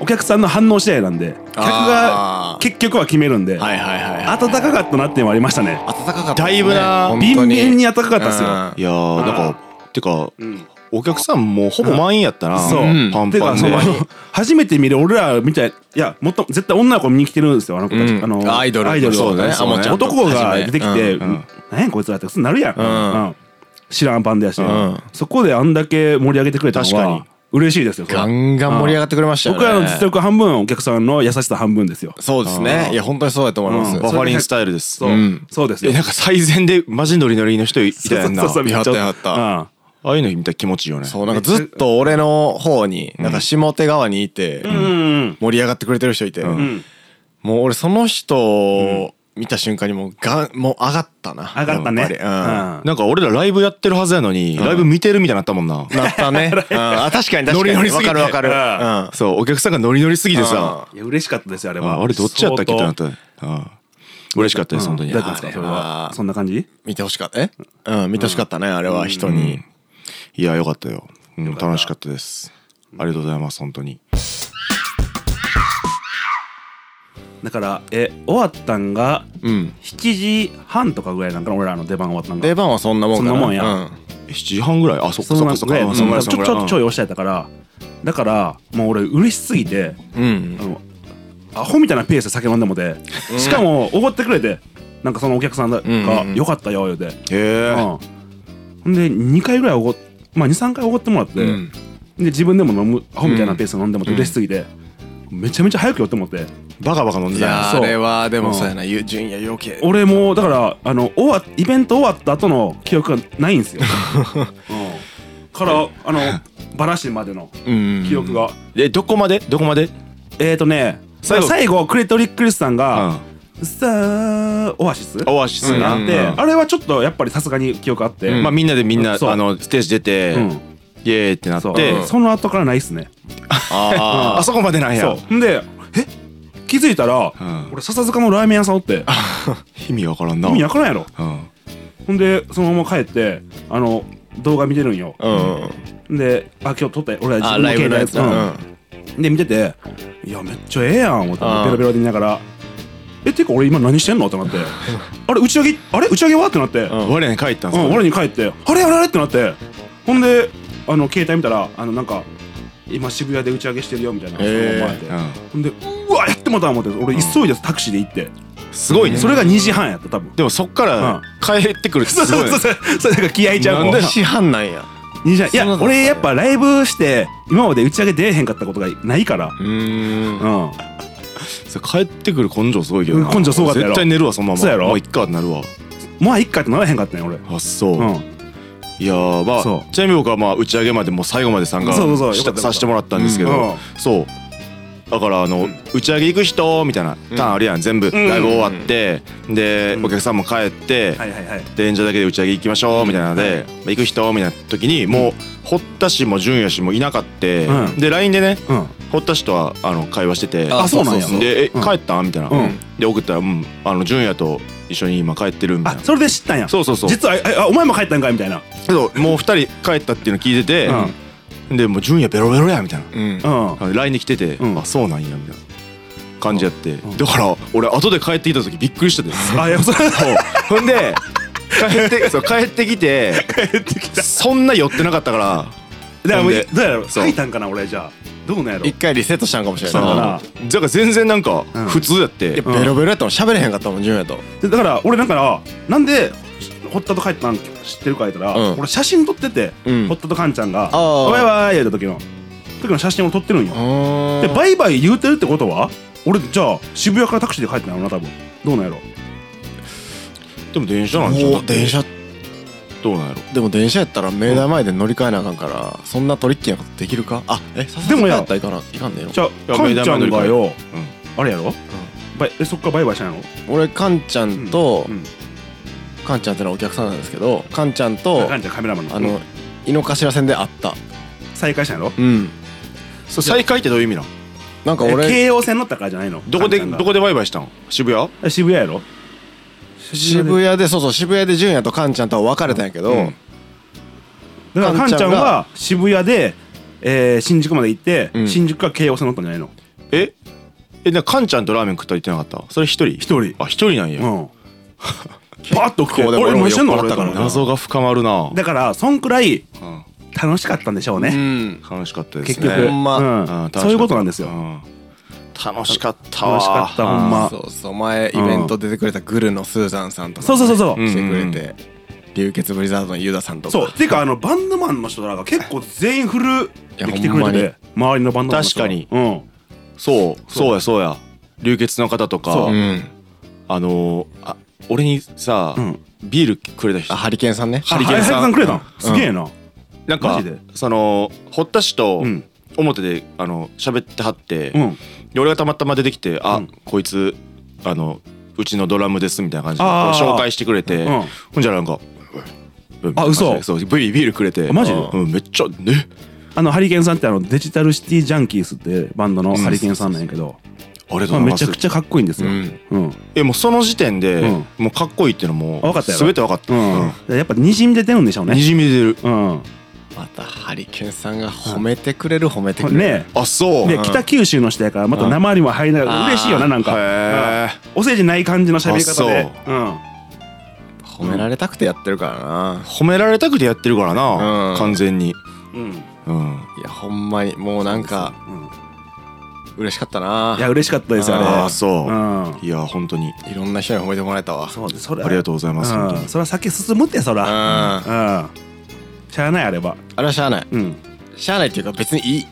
[SPEAKER 2] お客さんの反応次第なんで客
[SPEAKER 3] あー
[SPEAKER 2] が結局は決めるんで、
[SPEAKER 3] はいはいはいはい
[SPEAKER 2] 暖かかったなっていうのはありましたね
[SPEAKER 3] 暖かかったですね
[SPEAKER 1] だいぶな
[SPEAKER 3] 本
[SPEAKER 2] ビ
[SPEAKER 3] 当
[SPEAKER 2] ンビンに暖かかったっすよ
[SPEAKER 1] いやーなんかてか
[SPEAKER 2] うん
[SPEAKER 1] お客さんもうほぼ満員やったな
[SPEAKER 2] そう、
[SPEAKER 3] うん
[SPEAKER 1] パン
[SPEAKER 2] て
[SPEAKER 1] パ
[SPEAKER 2] か
[SPEAKER 1] ン
[SPEAKER 2] そ
[SPEAKER 1] で
[SPEAKER 2] の初めて見る俺らみたいいやもっと絶対女の子見に来てるんですよあの子たち、
[SPEAKER 3] うん
[SPEAKER 2] あの
[SPEAKER 3] アイドル
[SPEAKER 2] アイドル
[SPEAKER 1] そうね
[SPEAKER 2] そ
[SPEAKER 1] あもうちゃん
[SPEAKER 3] と
[SPEAKER 2] 男が出てきて、
[SPEAKER 1] う
[SPEAKER 2] うんん何やこいつらって普通になるやん、
[SPEAKER 3] うん
[SPEAKER 2] うん知らんバンドやし、
[SPEAKER 3] ん
[SPEAKER 2] そこであんだけ盛り上げてくれたの
[SPEAKER 1] 確か
[SPEAKER 2] は
[SPEAKER 1] に
[SPEAKER 2] 嬉しいですよ
[SPEAKER 3] ガンガン盛り上がってくれましたよね
[SPEAKER 2] 僕らの実力半分お客さんの優しさ半分ですよ
[SPEAKER 3] そうですねいや本当にそうだと思います
[SPEAKER 2] うん
[SPEAKER 1] バ
[SPEAKER 3] よ
[SPEAKER 1] ファリンスタイルです
[SPEAKER 2] そう、
[SPEAKER 3] ん
[SPEAKER 2] そうです
[SPEAKER 1] え
[SPEAKER 2] よ
[SPEAKER 1] なんか最善でマジノリノリの人いたやんな
[SPEAKER 2] そうそうそう
[SPEAKER 3] やったやった
[SPEAKER 2] うん
[SPEAKER 1] ああいうの見たら気持ちいいよね
[SPEAKER 3] そうなんかずっと俺の方になんか下手側にいて
[SPEAKER 2] うん
[SPEAKER 3] 盛り上がってくれてる人いて
[SPEAKER 1] う
[SPEAKER 2] うん
[SPEAKER 3] も
[SPEAKER 2] ん
[SPEAKER 3] う俺その人を見た瞬間にもうがんもう上がったな
[SPEAKER 2] 上がったね
[SPEAKER 3] やっぱりうん
[SPEAKER 2] うん
[SPEAKER 1] なんか俺らライブやってるはずやのにライブ見てるみたいになったもんな
[SPEAKER 3] なったねうんあ確かに確かに
[SPEAKER 1] ノリノリす
[SPEAKER 3] わ
[SPEAKER 1] ぎて
[SPEAKER 3] かるわかる
[SPEAKER 2] う
[SPEAKER 3] うんん
[SPEAKER 1] そうお客さんがノリノリすぎてさ
[SPEAKER 2] いや嬉しかったですよあれは
[SPEAKER 1] ああれどっちやったっけってな
[SPEAKER 2] 相
[SPEAKER 1] っ
[SPEAKER 2] 当
[SPEAKER 1] たあ嬉しかったです本当に
[SPEAKER 2] どうやったんですかそれ
[SPEAKER 3] あ
[SPEAKER 2] は
[SPEAKER 3] ー
[SPEAKER 2] そんな感じ
[SPEAKER 3] 見てほしかったえうん見てほしかったねあれは人に
[SPEAKER 1] いやよかったよ、うん、楽しかったですありがとうございます本当に
[SPEAKER 2] だからえ終わったんが
[SPEAKER 3] うん
[SPEAKER 2] 7時半とかぐらいなんかな俺らの出番終わったんが
[SPEAKER 3] 出番はそんなもんかな
[SPEAKER 2] そんなもんや
[SPEAKER 3] う
[SPEAKER 1] 7時半ぐらいあそっか
[SPEAKER 2] そ
[SPEAKER 1] そ
[SPEAKER 2] の
[SPEAKER 1] っか
[SPEAKER 2] まま
[SPEAKER 1] そっ
[SPEAKER 2] ぐら
[SPEAKER 1] か
[SPEAKER 2] い
[SPEAKER 1] うん
[SPEAKER 2] だ
[SPEAKER 1] そん
[SPEAKER 2] か
[SPEAKER 1] ぐら
[SPEAKER 2] ら
[SPEAKER 1] い
[SPEAKER 2] ち
[SPEAKER 1] そん
[SPEAKER 2] ょ
[SPEAKER 1] ぐ
[SPEAKER 2] ち
[SPEAKER 1] らい
[SPEAKER 2] ょちょい押したやったからだからもう俺嬉しすぎて
[SPEAKER 3] うん
[SPEAKER 2] あのアホみたいなペースで酒飲んでもてしかもおごってくれてなんかそのお客さんが
[SPEAKER 3] うんうんうん
[SPEAKER 2] 「よかったよ」言うて
[SPEAKER 1] へえ
[SPEAKER 2] うんほんで2回ぐらいおごまあ23回おごってもらって
[SPEAKER 3] う
[SPEAKER 2] で
[SPEAKER 3] ん
[SPEAKER 2] 自分でも飲むアホみたいなペースで飲んでもて嬉しすぎてめちゃめちゃ早く酔って思って
[SPEAKER 1] バカバカ飲んで
[SPEAKER 3] い
[SPEAKER 1] た
[SPEAKER 3] や
[SPEAKER 1] な
[SPEAKER 2] そ
[SPEAKER 3] あ
[SPEAKER 2] う
[SPEAKER 3] れはでもそうやなゆ純也余計
[SPEAKER 2] 俺もうだからあの終わイベント終わった後の記憶がないんですよ、うん、からあのバラシまでの記
[SPEAKER 3] 記
[SPEAKER 2] 憶が、
[SPEAKER 1] えどこまでどこまで
[SPEAKER 2] えーとね
[SPEAKER 1] 最後
[SPEAKER 2] 最後最後クレトリックリスさん
[SPEAKER 1] う
[SPEAKER 2] が
[SPEAKER 1] ん
[SPEAKER 2] 「さあオアシス」
[SPEAKER 1] オアシス
[SPEAKER 3] うん
[SPEAKER 1] な
[SPEAKER 2] なんで、あれはちょっとやっぱりさすがに記憶あって、
[SPEAKER 3] うん
[SPEAKER 1] まあみんなでみんな
[SPEAKER 2] そう
[SPEAKER 1] あのステージ出て
[SPEAKER 2] うん
[SPEAKER 1] イエーイってなっ
[SPEAKER 2] そう
[SPEAKER 1] て
[SPEAKER 3] うん
[SPEAKER 2] その後からないっすね
[SPEAKER 3] あ
[SPEAKER 1] あそこまでなんや
[SPEAKER 2] そうほんでえ気づいたら、
[SPEAKER 1] ん
[SPEAKER 2] 俺笹塚のラーメン屋さんおって
[SPEAKER 1] 意味わからんな
[SPEAKER 2] 意味わからんやろ
[SPEAKER 1] うん
[SPEAKER 2] ほんでそのまま帰ってあの動画見てるんよ
[SPEAKER 3] あうん
[SPEAKER 2] であ今日撮った俺は自
[SPEAKER 3] あ
[SPEAKER 2] 分の
[SPEAKER 3] ライ
[SPEAKER 2] 携
[SPEAKER 3] ブ
[SPEAKER 2] 帯
[SPEAKER 3] のやつだ
[SPEAKER 2] うん
[SPEAKER 3] うん
[SPEAKER 2] で見てて「いやめっちゃええやん」思って
[SPEAKER 3] うん
[SPEAKER 2] ペロペロで見ながら「えってか俺今何してんの?」ってなって「あれ打ち上げあれ打ち上げは?」ってなって、うん
[SPEAKER 1] 我らに帰ったんす
[SPEAKER 2] 我に帰って「あれあれあれ?」ってなってほんであの携帯見たらあのなんか「今渋谷で打ち上げしてるよ」みたいなのが思われて、
[SPEAKER 1] うん
[SPEAKER 2] ほんで「うわやってもうた」思って俺急いでタクシーで行って、
[SPEAKER 1] すごいね
[SPEAKER 2] それが2時半やった多分。
[SPEAKER 1] でもそっから帰ってくるって
[SPEAKER 2] そう
[SPEAKER 1] す
[SPEAKER 2] そ
[SPEAKER 1] ご
[SPEAKER 2] う
[SPEAKER 1] い
[SPEAKER 2] そ
[SPEAKER 1] ね
[SPEAKER 2] うそうだから気合いちゃうも
[SPEAKER 1] なんで
[SPEAKER 3] 市販なんや
[SPEAKER 2] 2時半い
[SPEAKER 3] そうな
[SPEAKER 2] や
[SPEAKER 3] んだ
[SPEAKER 2] 俺やっぱライブして今まで打ち上げ出えへんかったことがないから
[SPEAKER 3] うーん
[SPEAKER 2] うん
[SPEAKER 1] それ帰ってくる根性すごいけどな
[SPEAKER 2] 根性すごかったやろ
[SPEAKER 1] 絶対寝るわそのまま
[SPEAKER 2] そうやろ
[SPEAKER 1] もういっかってなるわ
[SPEAKER 2] まあ一回ってならへんかったんや俺う
[SPEAKER 1] あそう、
[SPEAKER 2] ん
[SPEAKER 1] いやーま
[SPEAKER 2] そ
[SPEAKER 1] あちなみに僕はまあ打ち上げまでもう最後まで参加
[SPEAKER 2] そうそうそう
[SPEAKER 1] し
[SPEAKER 2] よかったよかった
[SPEAKER 1] させてもらったんですけど、
[SPEAKER 2] うん
[SPEAKER 1] そうだからあの、打ち上げ行く人みたいなターンあるやん全部ライブ終わって、で、
[SPEAKER 2] うん
[SPEAKER 1] お客さんも帰って、
[SPEAKER 2] はいはいはい
[SPEAKER 1] で演者だけで打ち上げ行きましょうみたいなので、まあ行く人みたいな時にもう堀田氏も淳也氏もいなかって、
[SPEAKER 2] うん
[SPEAKER 1] で LINE でね
[SPEAKER 2] うん
[SPEAKER 1] 堀田氏とはあの会話してて
[SPEAKER 2] あそうなんや
[SPEAKER 1] で「え
[SPEAKER 2] うん
[SPEAKER 1] 帰ったん?」みたいな、
[SPEAKER 2] うん
[SPEAKER 1] で送ったら「うんあの淳也と一緒に今帰ってる」みたい
[SPEAKER 2] あ
[SPEAKER 1] な
[SPEAKER 2] それで知ったんや
[SPEAKER 1] そうそうそう
[SPEAKER 2] 実はああお前も帰ったんかいみたいな
[SPEAKER 1] けどもう二人帰ったっていうの聞いてて、でもう純也ベロベロやみたい
[SPEAKER 3] うん
[SPEAKER 2] うんうん
[SPEAKER 1] な LINE で来てて、
[SPEAKER 2] うん
[SPEAKER 1] あそうなんやみたいな感じやって、
[SPEAKER 2] ん
[SPEAKER 1] だから俺後で帰ってきた時びっくりしたです
[SPEAKER 2] あいやそれ
[SPEAKER 1] ほんで帰ってそう帰ってきて
[SPEAKER 2] 帰ってきた
[SPEAKER 1] そんな寄ってなかったから
[SPEAKER 2] だからも
[SPEAKER 1] ほん
[SPEAKER 2] う
[SPEAKER 1] で
[SPEAKER 2] どうやろう
[SPEAKER 1] そう
[SPEAKER 2] 書いたんかな俺じゃあどうなんやろ
[SPEAKER 3] 一回リセットしたんかもしれ
[SPEAKER 2] そう
[SPEAKER 3] な
[SPEAKER 2] だ
[SPEAKER 3] い
[SPEAKER 2] な
[SPEAKER 1] あーだから全然なんか
[SPEAKER 2] うん
[SPEAKER 1] 普通やって、
[SPEAKER 2] うん
[SPEAKER 3] ベロベロやったもん喋れへんかったもん純也と
[SPEAKER 2] でだから俺だからなんで堀田と帰ったん知ってるか言ったら、
[SPEAKER 3] うん
[SPEAKER 2] 俺写真撮ってて、
[SPEAKER 3] うん
[SPEAKER 2] 堀田とカンちゃんが
[SPEAKER 3] あ
[SPEAKER 2] 「
[SPEAKER 3] ー
[SPEAKER 2] バイバイ」やった時の時の写真を撮ってるんよ、
[SPEAKER 3] うん
[SPEAKER 2] でバイバイ言うてるってことは俺じゃあ渋谷からタクシーで帰ったんやろな多分どうなんやろ
[SPEAKER 1] でも電車なんじゃ
[SPEAKER 3] も
[SPEAKER 1] ん
[SPEAKER 3] う電車
[SPEAKER 1] どうなんやろ
[SPEAKER 3] でも電車やったら目玉前で乗り換えなあかんからそんなトリッキーなことできるかあえさす
[SPEAKER 2] で
[SPEAKER 3] が
[SPEAKER 2] もや
[SPEAKER 3] やったらいかないかんねえの
[SPEAKER 2] じゃあ
[SPEAKER 1] いや
[SPEAKER 2] カンち
[SPEAKER 1] 目玉
[SPEAKER 2] ゃん
[SPEAKER 1] の
[SPEAKER 2] が
[SPEAKER 1] り
[SPEAKER 2] よ、あれやろ、バイえそっからバイバイしたんやろ
[SPEAKER 3] 俺カンちゃんと
[SPEAKER 2] うんうん
[SPEAKER 3] カンちゃんってのはお客さんなんですけどカンちゃんと
[SPEAKER 2] カンちゃんカメラマンの
[SPEAKER 3] あ
[SPEAKER 2] うん
[SPEAKER 3] の井の頭線で会った
[SPEAKER 2] 再会したんやろ
[SPEAKER 3] うん
[SPEAKER 1] それ再会ってどういう意味なん
[SPEAKER 3] なんか
[SPEAKER 2] え
[SPEAKER 3] 俺
[SPEAKER 2] 京王線乗ったからじゃないの
[SPEAKER 1] どこで
[SPEAKER 2] カンちゃんが
[SPEAKER 1] どこでバイバイしたん渋谷
[SPEAKER 2] え渋谷やろ
[SPEAKER 3] 渋谷でそうそう渋谷で純也とカンちゃんとは別れたんやけど、
[SPEAKER 1] うん
[SPEAKER 2] だからカンちゃんは渋谷で、えー新宿まで行って、
[SPEAKER 3] うん
[SPEAKER 2] 新宿から京王線乗ったんじゃないの
[SPEAKER 1] ええなんかカンちゃんとラーメン食ったりってなかったそれ一人
[SPEAKER 2] 一人
[SPEAKER 1] あ一人なんや、
[SPEAKER 2] うんバッと来て
[SPEAKER 3] 結構でも
[SPEAKER 2] 俺も一緒に乗
[SPEAKER 3] 俺も酔っ払ったからな
[SPEAKER 2] 俺と思って
[SPEAKER 1] 謎が深まるな
[SPEAKER 2] だからそんくらい
[SPEAKER 1] うん
[SPEAKER 2] 楽しかったんでしょう
[SPEAKER 3] う
[SPEAKER 2] ね、
[SPEAKER 3] ん
[SPEAKER 1] 楽しかったです
[SPEAKER 3] 結
[SPEAKER 1] ね
[SPEAKER 3] 局ほんま
[SPEAKER 2] うん
[SPEAKER 1] あー
[SPEAKER 2] そういうことなんですよ、
[SPEAKER 1] うん楽しかったわ
[SPEAKER 2] 楽しかったほんま
[SPEAKER 3] そうそう前イベント出てくれたグルのスーザンさんとか
[SPEAKER 2] そうそうそうそう、
[SPEAKER 1] うん
[SPEAKER 3] 来てくれて流血ブリザードのユダさんとか
[SPEAKER 2] そうてかあのバンドマンの人らが結構全員フルで来て
[SPEAKER 3] いやほん
[SPEAKER 2] く
[SPEAKER 3] ま
[SPEAKER 2] れ
[SPEAKER 3] に
[SPEAKER 2] てて周りのバンドマンの人ら
[SPEAKER 1] 確
[SPEAKER 2] うん
[SPEAKER 1] そうそうやそうや流血の方とか
[SPEAKER 3] うん
[SPEAKER 1] あのーあ俺にさ
[SPEAKER 2] うん
[SPEAKER 1] ビールくれた人
[SPEAKER 3] あハリケーンさんね
[SPEAKER 1] ハリケーンさん
[SPEAKER 2] あハリくれたのすげえな
[SPEAKER 1] なんか
[SPEAKER 2] マジで
[SPEAKER 1] その堀田氏と
[SPEAKER 2] うん
[SPEAKER 1] 表であの喋ってはって
[SPEAKER 2] うん
[SPEAKER 1] で俺がたまたま出てきて「あ
[SPEAKER 2] うん
[SPEAKER 1] こいつあのうちのドラムです」みたいな感じでこう
[SPEAKER 2] あー
[SPEAKER 1] 紹介してくれて
[SPEAKER 2] うん
[SPEAKER 1] ほんじゃなんかうん
[SPEAKER 2] あ嘘
[SPEAKER 1] マジでそうビビールくれて
[SPEAKER 2] あマジで
[SPEAKER 1] うんめっちゃね
[SPEAKER 2] あのハリケーンさんってあのデジタルシティジャンキースってバンドのハリケーンさんなんやけど、
[SPEAKER 1] ありがと
[SPEAKER 2] ま
[SPEAKER 1] うござい
[SPEAKER 2] あ、め
[SPEAKER 1] ま
[SPEAKER 2] ち
[SPEAKER 1] す
[SPEAKER 2] ゃくちゃかっこいいんですよ、
[SPEAKER 3] うん
[SPEAKER 2] うん
[SPEAKER 1] えもうその時点で
[SPEAKER 2] うん
[SPEAKER 1] もうかっこいいっていうのも
[SPEAKER 2] あ分かったやろ
[SPEAKER 1] 全て分かったうん
[SPEAKER 2] うん、やっぱにじみ出てるんでしょう
[SPEAKER 1] に
[SPEAKER 2] ね
[SPEAKER 1] じみ出る
[SPEAKER 2] うん
[SPEAKER 3] またハリケーンさんが褒めてくれる褒めてくれる
[SPEAKER 2] ね
[SPEAKER 1] あそう
[SPEAKER 2] で北九州の人やからまた鉛にも入りなが
[SPEAKER 3] う
[SPEAKER 2] ら
[SPEAKER 3] ん
[SPEAKER 2] 嬉しいよななんか
[SPEAKER 1] へえ
[SPEAKER 2] お世辞ない感じの喋り方で
[SPEAKER 1] あ
[SPEAKER 2] う、ん、
[SPEAKER 3] 褒められたくてやってるからな
[SPEAKER 1] 褒められたくてやってるから
[SPEAKER 3] う
[SPEAKER 1] なん完全に
[SPEAKER 2] うん
[SPEAKER 1] うん
[SPEAKER 3] いやほんまにもうなんか嬉しかったない
[SPEAKER 2] や嬉しかったですよ
[SPEAKER 1] あ
[SPEAKER 2] あ
[SPEAKER 1] あ
[SPEAKER 2] れ
[SPEAKER 1] そう
[SPEAKER 2] う
[SPEAKER 1] いや本当に
[SPEAKER 3] いろんな人に褒めてもらえたわ
[SPEAKER 2] んそうですそれ
[SPEAKER 1] ありがとうございます本当
[SPEAKER 2] う
[SPEAKER 1] に
[SPEAKER 2] んそれは先進むってそ
[SPEAKER 3] うん
[SPEAKER 2] ら
[SPEAKER 3] あ
[SPEAKER 2] うんしゃあないあれば
[SPEAKER 3] れはしゃあない
[SPEAKER 2] うん
[SPEAKER 3] しゃあないっていうか別にいい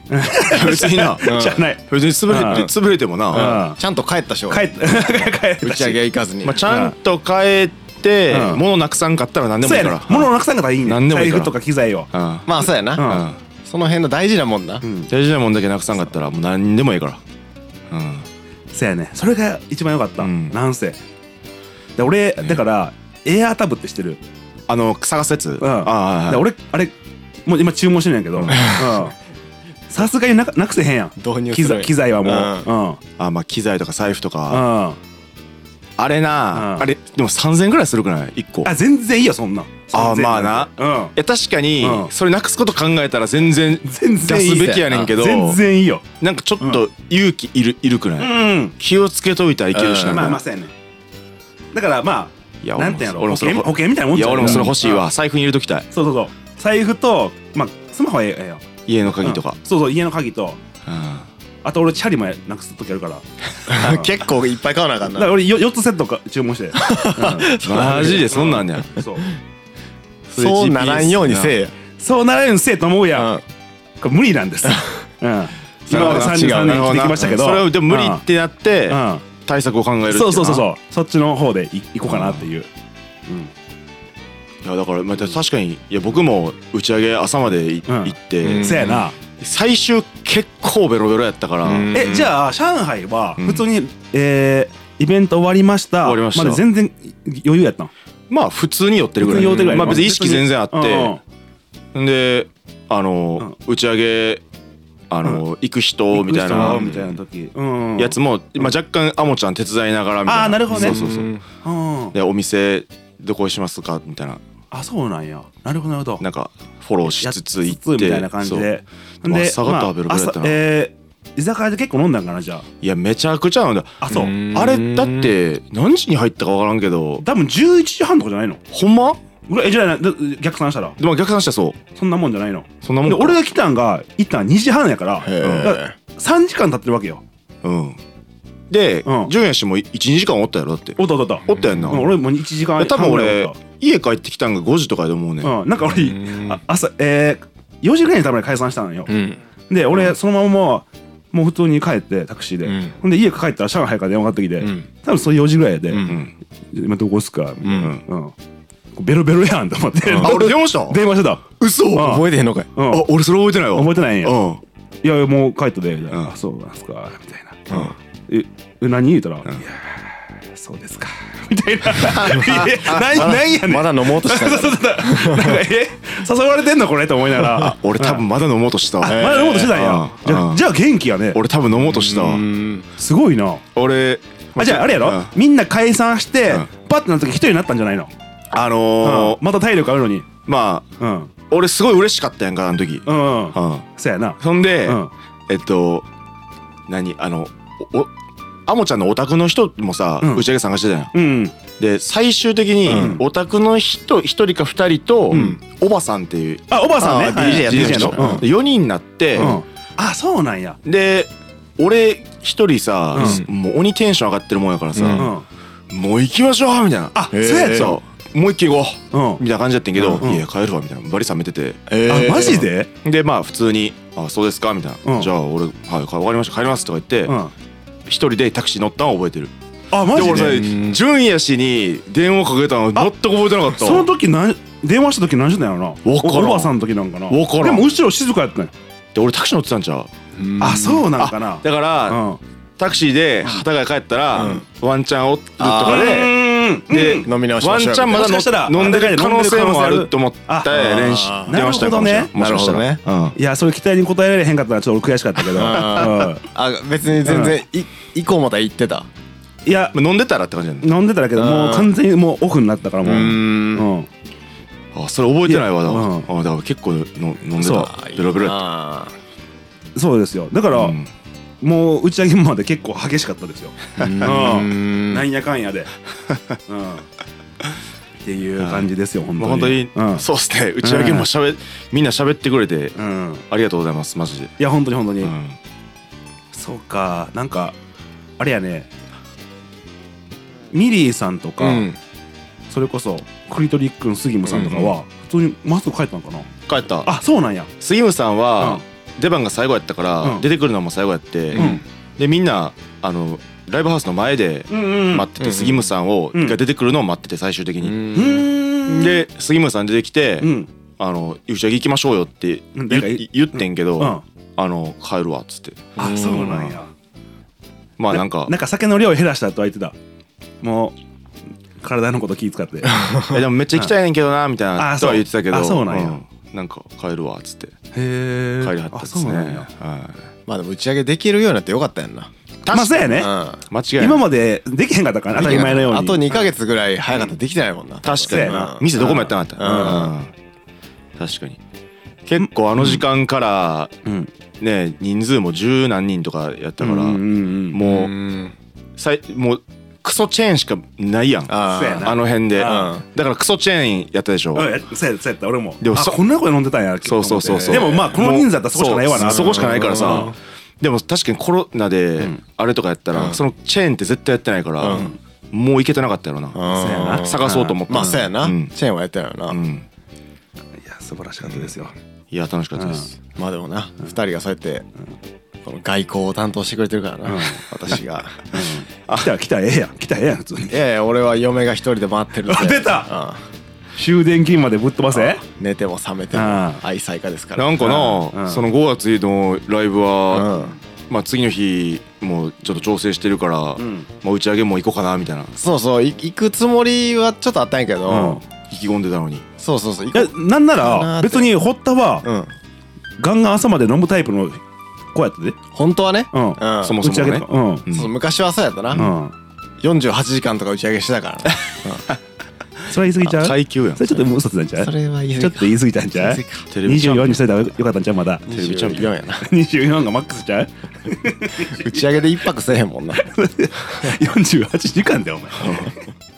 [SPEAKER 1] 別に な
[SPEAKER 3] うん
[SPEAKER 2] しゃあない
[SPEAKER 1] 別に潰れ
[SPEAKER 2] うん
[SPEAKER 1] 潰れてもな
[SPEAKER 2] うん
[SPEAKER 3] ちゃんと帰ったしょ
[SPEAKER 2] 帰って 帰
[SPEAKER 3] 打
[SPEAKER 2] っ
[SPEAKER 3] ち上げは行かずに
[SPEAKER 1] まあちゃんと帰って
[SPEAKER 2] うん
[SPEAKER 1] 物なくさんかったら何で
[SPEAKER 2] そ
[SPEAKER 1] も
[SPEAKER 2] う
[SPEAKER 1] いい
[SPEAKER 2] や
[SPEAKER 1] か
[SPEAKER 2] ね
[SPEAKER 1] ら
[SPEAKER 2] 物をなくさんかったらいいね
[SPEAKER 1] 何でもいい
[SPEAKER 2] 財
[SPEAKER 1] から
[SPEAKER 2] 布とか機材を
[SPEAKER 1] うん
[SPEAKER 3] まあそうやな
[SPEAKER 2] うん
[SPEAKER 3] その辺の大事なもんな
[SPEAKER 2] うん
[SPEAKER 1] 大事なもんだけなくさんかったらもう何でもいいからうん
[SPEAKER 2] そうやねそれが一番良かった
[SPEAKER 1] うん
[SPEAKER 2] なんせで俺だからエアータブってしてる
[SPEAKER 1] あの探すやつ
[SPEAKER 2] うん
[SPEAKER 1] あ
[SPEAKER 2] で
[SPEAKER 1] あ
[SPEAKER 2] 俺あれもう今注文してるんやけどうんさすがになくなくせへんやん
[SPEAKER 3] 導入
[SPEAKER 2] 機
[SPEAKER 3] す
[SPEAKER 2] 材
[SPEAKER 3] る
[SPEAKER 2] 機材はも
[SPEAKER 1] あまあ機材とか財布と
[SPEAKER 2] うう
[SPEAKER 1] か
[SPEAKER 2] んうん
[SPEAKER 1] あれな
[SPEAKER 2] うん
[SPEAKER 1] あれでも3000円ぐらいするくない1個
[SPEAKER 2] あ全然いいよそんなん
[SPEAKER 1] あー
[SPEAKER 2] 3000
[SPEAKER 1] まあな
[SPEAKER 2] うん
[SPEAKER 1] いや確かに
[SPEAKER 2] うん
[SPEAKER 1] それなくすこと考えたら全然
[SPEAKER 2] 全
[SPEAKER 1] 出
[SPEAKER 2] 然い
[SPEAKER 1] す
[SPEAKER 2] い
[SPEAKER 1] べきやねんけど
[SPEAKER 2] 全然いいよ
[SPEAKER 1] なんかちょっと勇気いるいるく
[SPEAKER 2] う
[SPEAKER 1] ない
[SPEAKER 2] ん
[SPEAKER 1] 気をつけといたらいけるしなみた
[SPEAKER 3] うん
[SPEAKER 1] い
[SPEAKER 2] まあ
[SPEAKER 1] な
[SPEAKER 2] まあそうやねだからま
[SPEAKER 1] い
[SPEAKER 2] あ
[SPEAKER 1] や
[SPEAKER 2] なんてやろ
[SPEAKER 1] 俺
[SPEAKER 2] 保
[SPEAKER 1] もそれ
[SPEAKER 2] 険保険みたいなもん
[SPEAKER 1] い
[SPEAKER 2] ちゃ
[SPEAKER 1] や
[SPEAKER 2] う
[SPEAKER 1] 俺もそれ欲しいわ財布に入れときたい
[SPEAKER 2] そうそうそう財布とまあスマホはええよ
[SPEAKER 1] 家の鍵とか
[SPEAKER 2] うんそうそう家の鍵と
[SPEAKER 1] うん
[SPEAKER 2] あと俺チャリもなくす時あるから うん だ
[SPEAKER 3] 結構いっぱい買わなあかん
[SPEAKER 2] から
[SPEAKER 3] な
[SPEAKER 2] 俺よ4つセットか注文してう
[SPEAKER 1] マジでそんなんねや
[SPEAKER 2] んそう
[SPEAKER 3] そうならんようにせえや
[SPEAKER 2] そうならんようにせえと思うやん
[SPEAKER 3] うん
[SPEAKER 2] これ無理な んです。うん。今は33
[SPEAKER 3] 違う
[SPEAKER 2] 年
[SPEAKER 3] な
[SPEAKER 2] 生きてきましたけど。
[SPEAKER 1] それをでも無理
[SPEAKER 2] うん
[SPEAKER 1] ってなって
[SPEAKER 2] うん
[SPEAKER 1] 対策を考えるってい
[SPEAKER 2] そうそうそう
[SPEAKER 1] う
[SPEAKER 2] そう。そっちの方でい行こうかなっていう。
[SPEAKER 1] ないやだからまあ確かにいや僕も打ち上げ朝までい
[SPEAKER 2] うん
[SPEAKER 1] 行っ
[SPEAKER 3] う
[SPEAKER 1] て
[SPEAKER 3] ん
[SPEAKER 2] せやな。
[SPEAKER 1] 最終結構ベロベロやったから
[SPEAKER 3] うん
[SPEAKER 2] えじゃあ上海は
[SPEAKER 1] うん
[SPEAKER 2] 普通にえーイベント終わりました。
[SPEAKER 1] 終わりました
[SPEAKER 2] で全然余裕やったの。
[SPEAKER 1] まあ普通に寄ってるぐら
[SPEAKER 2] 普通に寄ってるぐら
[SPEAKER 1] い
[SPEAKER 2] い
[SPEAKER 1] まあ別に意識全然あってであの打ち上げあの行く人みたいな
[SPEAKER 3] 行く人
[SPEAKER 2] みたいな時。うんうん
[SPEAKER 1] やつもまあ若干あもちゃん手伝いながらみたいな
[SPEAKER 2] あーなるほどね
[SPEAKER 1] そうそうそう
[SPEAKER 3] うん
[SPEAKER 2] うん
[SPEAKER 1] でお店どこにしますかみたいな
[SPEAKER 2] あそうなんや。なるほどなるほど。
[SPEAKER 1] なんかフォローしつつ行って
[SPEAKER 2] みたいな感じ
[SPEAKER 1] そう
[SPEAKER 2] で。
[SPEAKER 1] う朝方はベロベロやったな
[SPEAKER 2] まあ朝えー居酒屋で結構飲んだんかなじゃ
[SPEAKER 1] いやめちゃくちゃなんだ
[SPEAKER 2] あ。あそう
[SPEAKER 3] う。ん
[SPEAKER 1] あれだって何時に入ったかわからんけど
[SPEAKER 2] 多分11時半とかじゃないの
[SPEAKER 1] ほんま
[SPEAKER 2] うらえじゃないな逆算したら
[SPEAKER 1] でも逆算したらそう
[SPEAKER 2] そんなもんじゃないの
[SPEAKER 1] そんなもん
[SPEAKER 2] で
[SPEAKER 1] か
[SPEAKER 2] 俺が来たんが一旦2時半やから
[SPEAKER 3] へー
[SPEAKER 2] だから3時間経ってるわけよ
[SPEAKER 1] うんで
[SPEAKER 2] うん
[SPEAKER 1] 純也氏も12時間おったやろだって
[SPEAKER 2] おったおったおった
[SPEAKER 1] おったやんな
[SPEAKER 2] うん俺もう1時間
[SPEAKER 1] いや多分
[SPEAKER 2] 半ぐらい
[SPEAKER 1] 俺
[SPEAKER 2] おっ
[SPEAKER 1] 家帰ってきたんが5時とかやと思うね
[SPEAKER 2] たうんなんか俺
[SPEAKER 3] うん
[SPEAKER 2] あ朝えー4時ぐらいに多分解散したのよ
[SPEAKER 3] うん
[SPEAKER 2] で俺そのままもうもう普通に帰ってタクシーで
[SPEAKER 3] うん
[SPEAKER 2] ほんで家帰ったら上海から電話かかってきて
[SPEAKER 3] うん
[SPEAKER 2] 多分そういう4時ぐらいやで
[SPEAKER 3] う
[SPEAKER 1] うんん
[SPEAKER 2] 今どこっすかみたい
[SPEAKER 3] うん
[SPEAKER 2] なうんベロベロやんと思って
[SPEAKER 1] あ俺電話した
[SPEAKER 2] 電話してた
[SPEAKER 1] 嘘あ
[SPEAKER 2] あ
[SPEAKER 3] 覚えてへんのかい
[SPEAKER 2] うん
[SPEAKER 1] 俺それ覚えてないわ
[SPEAKER 2] 覚えてないんや
[SPEAKER 1] うん
[SPEAKER 2] いやいやもう帰ったでみたいな
[SPEAKER 1] うん
[SPEAKER 2] あそうなんすかみたいな
[SPEAKER 1] うん
[SPEAKER 2] ええ何言うたら、いやーそうですかみたいなえ何何やねん
[SPEAKER 3] まだ飲もうとした
[SPEAKER 2] そうそうそうなんかえ誘われてんのこれと思いながら
[SPEAKER 1] 俺多分まだ飲もうとした
[SPEAKER 2] ま
[SPEAKER 1] わ
[SPEAKER 2] だ飲もうとしてたんや
[SPEAKER 1] うん
[SPEAKER 2] じゃ
[SPEAKER 1] う
[SPEAKER 2] あ
[SPEAKER 1] ん
[SPEAKER 2] じゃあ元気やね
[SPEAKER 1] 俺多分飲もうとしたわ
[SPEAKER 3] うん
[SPEAKER 2] すごいな
[SPEAKER 1] 俺
[SPEAKER 2] あじゃああれや
[SPEAKER 1] う
[SPEAKER 2] ろ
[SPEAKER 1] ん
[SPEAKER 2] みんな解散して
[SPEAKER 1] うん
[SPEAKER 2] パッてなった時一人になったんじゃないの
[SPEAKER 1] あのー
[SPEAKER 2] うんまた体力あるのに
[SPEAKER 1] まあ
[SPEAKER 2] うん
[SPEAKER 1] 俺すごい嬉しかったやんかあの時
[SPEAKER 2] うんうん
[SPEAKER 1] うん
[SPEAKER 2] そやな
[SPEAKER 1] そんで
[SPEAKER 2] うん
[SPEAKER 1] えっと何あのおおアモちゃんのお宅の人もさ
[SPEAKER 2] うん
[SPEAKER 1] 打ち上げ探してたやん
[SPEAKER 2] うん
[SPEAKER 1] で最終的にオタクの人一人か二人と
[SPEAKER 2] ん
[SPEAKER 1] おばさんっていう
[SPEAKER 2] あおばあさんね
[SPEAKER 3] あー
[SPEAKER 2] はい
[SPEAKER 3] DJ やってる人
[SPEAKER 2] DJ の
[SPEAKER 1] 4人になって
[SPEAKER 2] うんうんあそうなんや
[SPEAKER 1] で俺一人さ
[SPEAKER 3] う
[SPEAKER 1] もう鬼テンション上がってるもんやから
[SPEAKER 3] う
[SPEAKER 2] うん
[SPEAKER 1] さ
[SPEAKER 2] うん
[SPEAKER 1] もう行きましょうみたいな
[SPEAKER 2] あ
[SPEAKER 3] へ
[SPEAKER 2] そう
[SPEAKER 3] ー
[SPEAKER 2] やつ
[SPEAKER 1] さもう一軒行こ
[SPEAKER 2] う
[SPEAKER 1] うんみたいな感じやってんけど
[SPEAKER 2] うん
[SPEAKER 1] いや帰るわみたいなバリ冷めてて
[SPEAKER 3] え
[SPEAKER 2] あ
[SPEAKER 3] ー
[SPEAKER 2] マジで
[SPEAKER 1] でまあ普通に「あそうですか」みたいな「
[SPEAKER 2] うん
[SPEAKER 1] じゃあ俺はいかわかりました帰ります」とか言って
[SPEAKER 2] うん
[SPEAKER 1] 一人でタクシー乗ったのを覚えてる
[SPEAKER 2] あマ
[SPEAKER 1] で
[SPEAKER 2] ジ
[SPEAKER 1] 俺
[SPEAKER 2] で
[SPEAKER 1] さ純也氏に電話かけたの全く覚えてなかったわ
[SPEAKER 2] その時なん電話した時何してたんやろな
[SPEAKER 1] わからん
[SPEAKER 2] おばさんの時なんかな
[SPEAKER 1] わからん
[SPEAKER 2] でも後ろ静かやったんや
[SPEAKER 1] で俺タクシー乗ってたんちゃう
[SPEAKER 3] うん
[SPEAKER 2] あそうなんかな
[SPEAKER 1] だから、
[SPEAKER 2] うん
[SPEAKER 1] タクシーで幡ヶ谷帰ったら、ワンチャンおるとかで、
[SPEAKER 2] うん
[SPEAKER 1] で、
[SPEAKER 2] うん
[SPEAKER 3] 飲み直し
[SPEAKER 1] ワ
[SPEAKER 3] ま
[SPEAKER 1] ンチ
[SPEAKER 3] しょう
[SPEAKER 1] ャンま
[SPEAKER 2] もしかした
[SPEAKER 1] だ
[SPEAKER 2] ら
[SPEAKER 1] の飲んでる可能性もあると思って
[SPEAKER 2] あ
[SPEAKER 1] 練習
[SPEAKER 3] あー
[SPEAKER 1] 電話したかもしれないも
[SPEAKER 3] な
[SPEAKER 1] し
[SPEAKER 3] る
[SPEAKER 1] か
[SPEAKER 3] ほ
[SPEAKER 1] した
[SPEAKER 3] ど
[SPEAKER 1] ら
[SPEAKER 3] ね
[SPEAKER 1] うん
[SPEAKER 2] いやそういう期待に応えられへんかったのはちょっと俺悔しかったけど
[SPEAKER 3] あ
[SPEAKER 2] うん
[SPEAKER 3] あ別に全然い以降また行ってた
[SPEAKER 2] いや
[SPEAKER 1] まあ飲んでたらって感じなんだ
[SPEAKER 2] 飲んでただけどもう完全にもうオフになったからもう
[SPEAKER 3] う
[SPEAKER 2] うんん
[SPEAKER 1] あそれ覚えてないわだから、
[SPEAKER 2] いやうん
[SPEAKER 1] あだから結構の飲んで
[SPEAKER 2] そ
[SPEAKER 1] たベロベロやっ
[SPEAKER 3] あー
[SPEAKER 2] そうですよだか
[SPEAKER 1] た
[SPEAKER 2] ら
[SPEAKER 1] うん
[SPEAKER 2] もう打ち上げまで結構激しかったですよ
[SPEAKER 3] うん
[SPEAKER 2] なんやかんや でうんっていう感じですよ
[SPEAKER 1] まあ
[SPEAKER 2] 本
[SPEAKER 1] 本当
[SPEAKER 2] 当に
[SPEAKER 1] に、
[SPEAKER 2] うん
[SPEAKER 1] そうっすね打ち上げもしゃべ、みんな喋ってくれて
[SPEAKER 2] うん
[SPEAKER 1] ありがとうございますマジで、
[SPEAKER 2] いや本当に本当に
[SPEAKER 1] うん
[SPEAKER 2] そうかなんかあれやねミリーさんとか、
[SPEAKER 3] うん
[SPEAKER 2] それこそクリトリックの杉野さんとかは、普通にマスク帰ったんかな
[SPEAKER 1] 帰った
[SPEAKER 2] あそうなんや
[SPEAKER 1] 杉村さんは、出番が最後やったから、
[SPEAKER 2] うん
[SPEAKER 1] 出てくるのも最後やって、
[SPEAKER 2] うん
[SPEAKER 1] でみんなあのライブハウスの前で
[SPEAKER 2] うんうん
[SPEAKER 1] 待ってて、
[SPEAKER 3] うん
[SPEAKER 1] 杉村さんを、
[SPEAKER 2] うん
[SPEAKER 1] が出てくるのを待ってて最終的に、
[SPEAKER 2] うーん
[SPEAKER 1] で杉村さん出てきて「
[SPEAKER 2] うん
[SPEAKER 1] あの打ち上げ行きましょうよ」って
[SPEAKER 2] う
[SPEAKER 1] 言,、
[SPEAKER 2] んなんかい
[SPEAKER 1] 言ってんけど、
[SPEAKER 2] うん
[SPEAKER 1] あの帰るわ」っつって
[SPEAKER 2] あそうなんや
[SPEAKER 1] まあなんか
[SPEAKER 2] なんか酒の量を減らしたとは言ってたもう体のこと気遣って へ
[SPEAKER 1] えでもめっちゃ行きたいねんけどな」みたいな
[SPEAKER 2] あ
[SPEAKER 1] とは言ってたけど
[SPEAKER 2] そうあそうなんや
[SPEAKER 1] なんか帰るわっつって
[SPEAKER 2] え
[SPEAKER 1] 帰りはったですね
[SPEAKER 2] そうなんや
[SPEAKER 1] はい
[SPEAKER 3] まあでも打ち上げできるようになってよかったやんな
[SPEAKER 2] まあそうやね
[SPEAKER 3] うん
[SPEAKER 1] 間違いない
[SPEAKER 2] 今までできへんかったから当たり前のように
[SPEAKER 3] あと2ヶ月ぐらい早かったらできてないもんな
[SPEAKER 1] 確
[SPEAKER 2] そう
[SPEAKER 1] か
[SPEAKER 2] や
[SPEAKER 1] に
[SPEAKER 2] な
[SPEAKER 1] 店どこもやってなかった、
[SPEAKER 3] うん
[SPEAKER 1] うん確かに結構あの時間から
[SPEAKER 2] うん
[SPEAKER 1] ね人数も十何人とかやったか、
[SPEAKER 2] だかららも
[SPEAKER 1] もう、
[SPEAKER 3] うん
[SPEAKER 1] さいもうクソチェーンしかないやんあ
[SPEAKER 3] あ
[SPEAKER 2] そうやな
[SPEAKER 1] の辺で、
[SPEAKER 3] あ
[SPEAKER 1] だからクソチェーンやったでしょ、
[SPEAKER 2] うんえそうやそうやった俺も
[SPEAKER 1] でも
[SPEAKER 2] あ
[SPEAKER 1] そ
[SPEAKER 2] こんな声飲んでたんや
[SPEAKER 1] そうそうそうそう
[SPEAKER 2] でもまあこの人数だったらそこしかないわ
[SPEAKER 1] も
[SPEAKER 2] な
[SPEAKER 1] うそうそこしかないからさ、
[SPEAKER 3] うん
[SPEAKER 1] でも確かにコロナで
[SPEAKER 2] ん
[SPEAKER 1] あれとかやったら、
[SPEAKER 3] うん
[SPEAKER 1] そのチェーンって絶対やってないから、
[SPEAKER 3] うん
[SPEAKER 1] もういけてなかったやろな、
[SPEAKER 3] あ
[SPEAKER 2] そうやな
[SPEAKER 3] うん
[SPEAKER 1] 探そうと思ったら
[SPEAKER 3] まあそうやなチ
[SPEAKER 1] うん
[SPEAKER 3] ェーンはやったやろ
[SPEAKER 1] う、
[SPEAKER 3] なん
[SPEAKER 2] いや素晴らしかったですよ
[SPEAKER 1] いや楽しかったです、
[SPEAKER 3] まあでもな2人がそうやってこの外交を担当してくれてるから
[SPEAKER 2] う
[SPEAKER 3] なん私が
[SPEAKER 2] 来たら来たらええやん来たらええやん普通に
[SPEAKER 3] いやいや俺は嫁が一人で待ってるって
[SPEAKER 2] あ出た
[SPEAKER 3] う
[SPEAKER 2] 終電金までぶっ飛ばせ
[SPEAKER 3] ん寝ても覚めても
[SPEAKER 2] あ
[SPEAKER 3] 愛妻家ですから
[SPEAKER 1] なんか
[SPEAKER 2] う
[SPEAKER 1] な、
[SPEAKER 2] ん
[SPEAKER 1] その5月のライブは、
[SPEAKER 3] うん
[SPEAKER 1] まあ次の日もちょっと調整してるから、
[SPEAKER 2] ん
[SPEAKER 1] まあ打ち上げも行こうかなみたいな
[SPEAKER 3] そうそうい行くつもりはちょっとあったんやけど、
[SPEAKER 2] うん
[SPEAKER 1] 意気込んでたのに
[SPEAKER 3] そうそうそう行
[SPEAKER 2] いや
[SPEAKER 3] こ
[SPEAKER 2] なんな
[SPEAKER 3] なー
[SPEAKER 2] ら
[SPEAKER 3] って
[SPEAKER 2] 別に堀田は
[SPEAKER 3] ううん
[SPEAKER 2] ガンガン朝まで飲むタイプの子やったで
[SPEAKER 3] 本当はね、
[SPEAKER 2] うん
[SPEAKER 3] うん
[SPEAKER 1] そも
[SPEAKER 2] 打ち上げとかうん
[SPEAKER 1] うん
[SPEAKER 3] そう昔はそうやったな、
[SPEAKER 2] うん
[SPEAKER 3] 48時間とか打ち上げしてたからね
[SPEAKER 2] それは言い過ぎちゃう
[SPEAKER 1] 階級やん
[SPEAKER 2] それちょっと嘘ついたんちゃう
[SPEAKER 3] それは言い
[SPEAKER 2] ちょっと言い過ぎたんちゃ
[SPEAKER 3] 言
[SPEAKER 2] う
[SPEAKER 3] い過ぎか
[SPEAKER 1] テレビチャンピオ
[SPEAKER 2] 24
[SPEAKER 1] ン
[SPEAKER 2] にしといたらよかったんちゃうまだ
[SPEAKER 3] テレビチャンピオンやな
[SPEAKER 2] 24がマックスちゃ う
[SPEAKER 3] 打ち上げで一泊せえへんもんな
[SPEAKER 2] 48時間だよお前